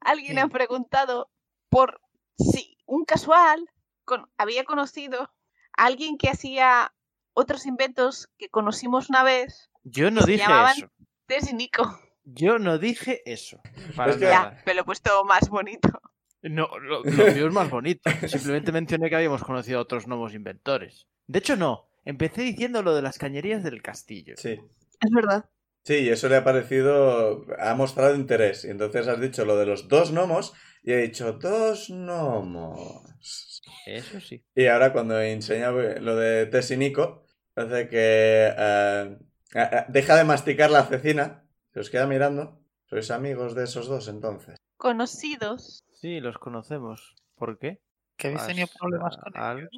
alguien ha
Sí.
preguntado por si un casual con- había conocido a alguien que hacía otros inventos que conocimos una vez,
Yo no
Se
dije
Pues llamaban-
eso.
desde Nico.
Yo no dije eso. Para
Es que-
nada.
Ya, pero lo he puesto más bonito.
No, lo, lo mío es más bonito. Simplemente mencioné que habíamos conocido a otros nuevos inventores. De hecho, no. Empecé diciendo lo de las cañerías del castillo.
Sí.
Es verdad.
Sí, y eso le ha parecido. Ha mostrado interés. Y entonces has dicho lo de los dos gnomos. Y he dicho, dos gnomos.
Eso sí.
Y ahora, cuando enseña eh, lo de Tess y Nico, hace que. eh, eh, deja de masticar la cecina. Se os queda mirando. Sois amigos de esos dos, entonces.
Conocidos.
Sí, los conocemos. ¿Por qué?
Que habéis tenido
¿Pasa
problemas con él.
algo?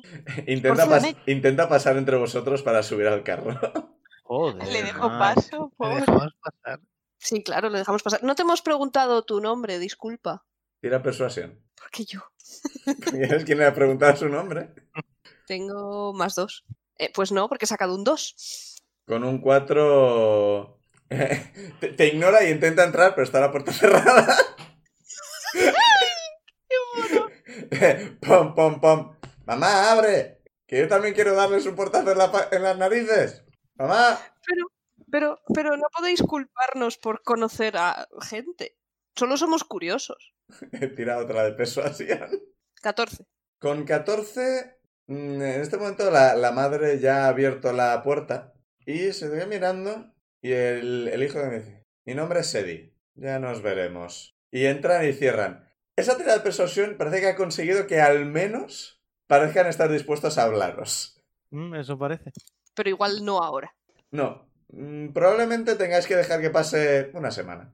Intenta,
Por
pas-
favor.
intenta pasar entre vosotros para subir al carro.
Joder.
le dejo
macho.
paso,
Le
pobre.
dejamos pasar.
Sí, claro, lo dejamos pasar. No te hemos preguntado tu nombre, disculpa.
Tira persuasión.
Porque yo
¿Sabes quién le ha preguntado su nombre?
tengo más dos. Eh, pues no, porque he sacado un dos.
Con un 4. te, te ignora y intenta entrar, pero está la puerta cerrada. pom, pom, pom. Mamá, abre. Que yo también quiero darles un portazo en, la pa- en las narices. Mamá.
Pero, pero no podéis culparnos por conocer a gente. Solo somos curiosos.
Tira otra de persuasión.
14.
Con 14. mm, En este momento la, la madre ya ha abierto la puerta. Y se te queda mirando. Y el, el hijo me dice: Mi nombre es Eddie. Ya nos veremos. Y entran y cierran. Esa tirada de persuasión parece que ha conseguido que al menos parezcan estar dispuestos a hablaros.
Mm, eso parece.
Pero igual no ahora.
No. mm, Probablemente tengáis que dejar que pase una semana.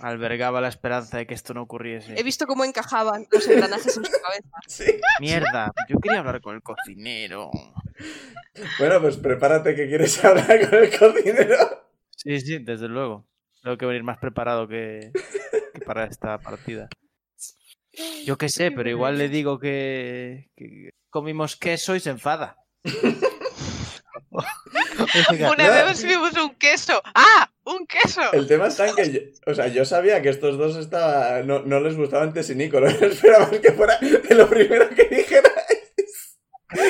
Albergaba la esperanza de que esto no ocurriese.
He visto cómo encajaban los engranajes en su cabeza.
Sí.
Mierda, yo quería hablar con el cocinero.
Bueno, pues prepárate que quieres hablar con el cocinero.
Sí, sí, desde luego. Tengo que venir más preparado que, que para esta partida. Yo qué sé, pero igual le digo que, que comimos queso y se enfada.
Oiga,
Una
ya.
vez nos vimos un queso. ¡Ah! ¡Un queso!
El tema está en que yo, o sea, yo sabía que estos dos estaba, no, no les gustaba antes y Nico. No esperaba que fuera de lo primero que dijerais.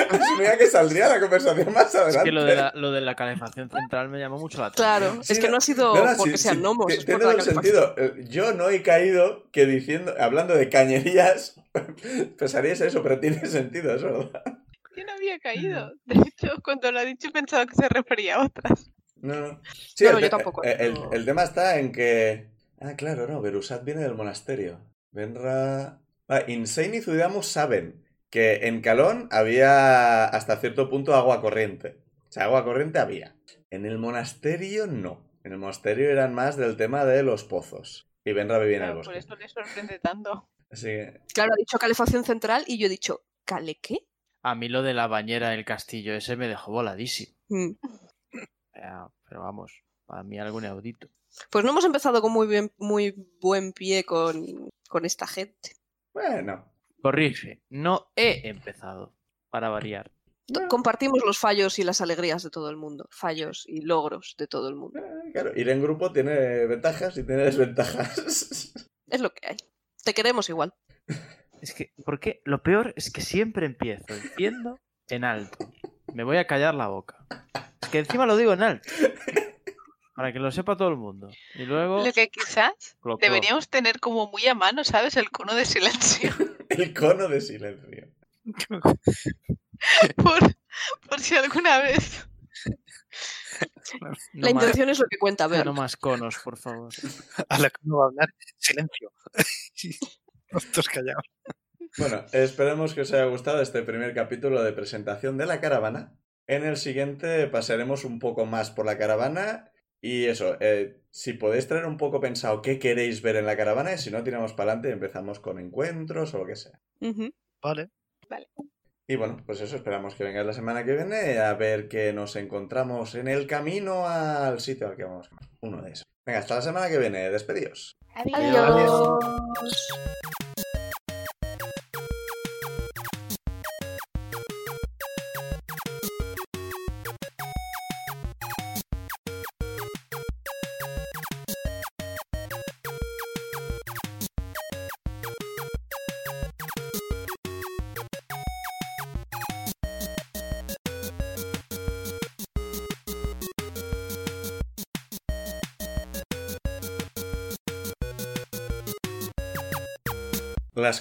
Asumía que saldría la conversación más adelante.
Es que lo de, la, lo de la calefacción central me llamó mucho la atención.
Claro,
Sí,
es que
no-
no ha sido
No, no,
porque
sí,
sean
sí,
gnomos.
te-
es por
Tiene
la
todo el
calefacción.
sentido. Eh, Yo no he caído que diciendo, hablando de cañerías, pensarías eso, pero tiene sentido, es verdad.
Yo no había caído. De hecho, cuando lo ha dicho he pensado que se refería a otras.
No, no. Sí,
No,
el
no, yo
te-
tampoco,
eh, El,
no.
el tema está en que. Ah, claro, no, Berusat viene del monasterio. Benra. Ah, Insane y Zuidamu saben que en Calón había hasta cierto punto agua corriente. O sea, agua corriente había. En el monasterio no. En el monasterio eran más del tema de los pozos. Y Benra vivía en el
Claro, por
bosque.
eso le sorprende tanto.
Así que,
Claro, ha dicho calefacción central y yo he dicho, ¿cale qué?
A mí lo de la bañera del castillo ese me dejó voladísimo.
Mm.
Ah, Pero vamos, a mí algo inaudito.
Pues no hemos empezado con muy, bien, muy buen pie con, con esta gente.
bueno,
Corrige, no he empezado, para variar.
To- Compartimos los fallos y las alegrías de todo el mundo. Fallos y logros de todo el mundo.
eh, claro, ir en grupo tiene ventajas y tiene desventajas.
Es lo que hay. Te queremos igual.
Es que, porque lo peor es que siempre empiezo diciendo en alto. Me voy a callar la boca. Es que encima lo digo en alto. Para que lo sepa todo el mundo. Y luego.
Lo que quizás
clo, clo.
deberíamos tener como muy a mano, ¿sabes? El cono de silencio.
El cono de silencio.
Por, por si alguna vez.
No más-
La intención es lo que cuenta, ver.
No más conos, por favor.
A la que no va a hablar, silencio. Todos callados.
Bueno, esperemos que os haya gustado este primer capítulo de presentación de la caravana. En el siguiente pasaremos un poco más por la caravana y eso, eh, si podéis traer un poco pensado qué queréis ver en la caravana y si no, tiramos para adelante y empezamos con encuentros o lo que sea.
Ujú.
Vale.
Y bueno, pues eso, esperamos que vengáis la semana que viene a ver que nos encontramos en el camino al sitio al que vamos. Uno de esos. Venga, hasta la semana que viene, despedidos.
Adiós.
Las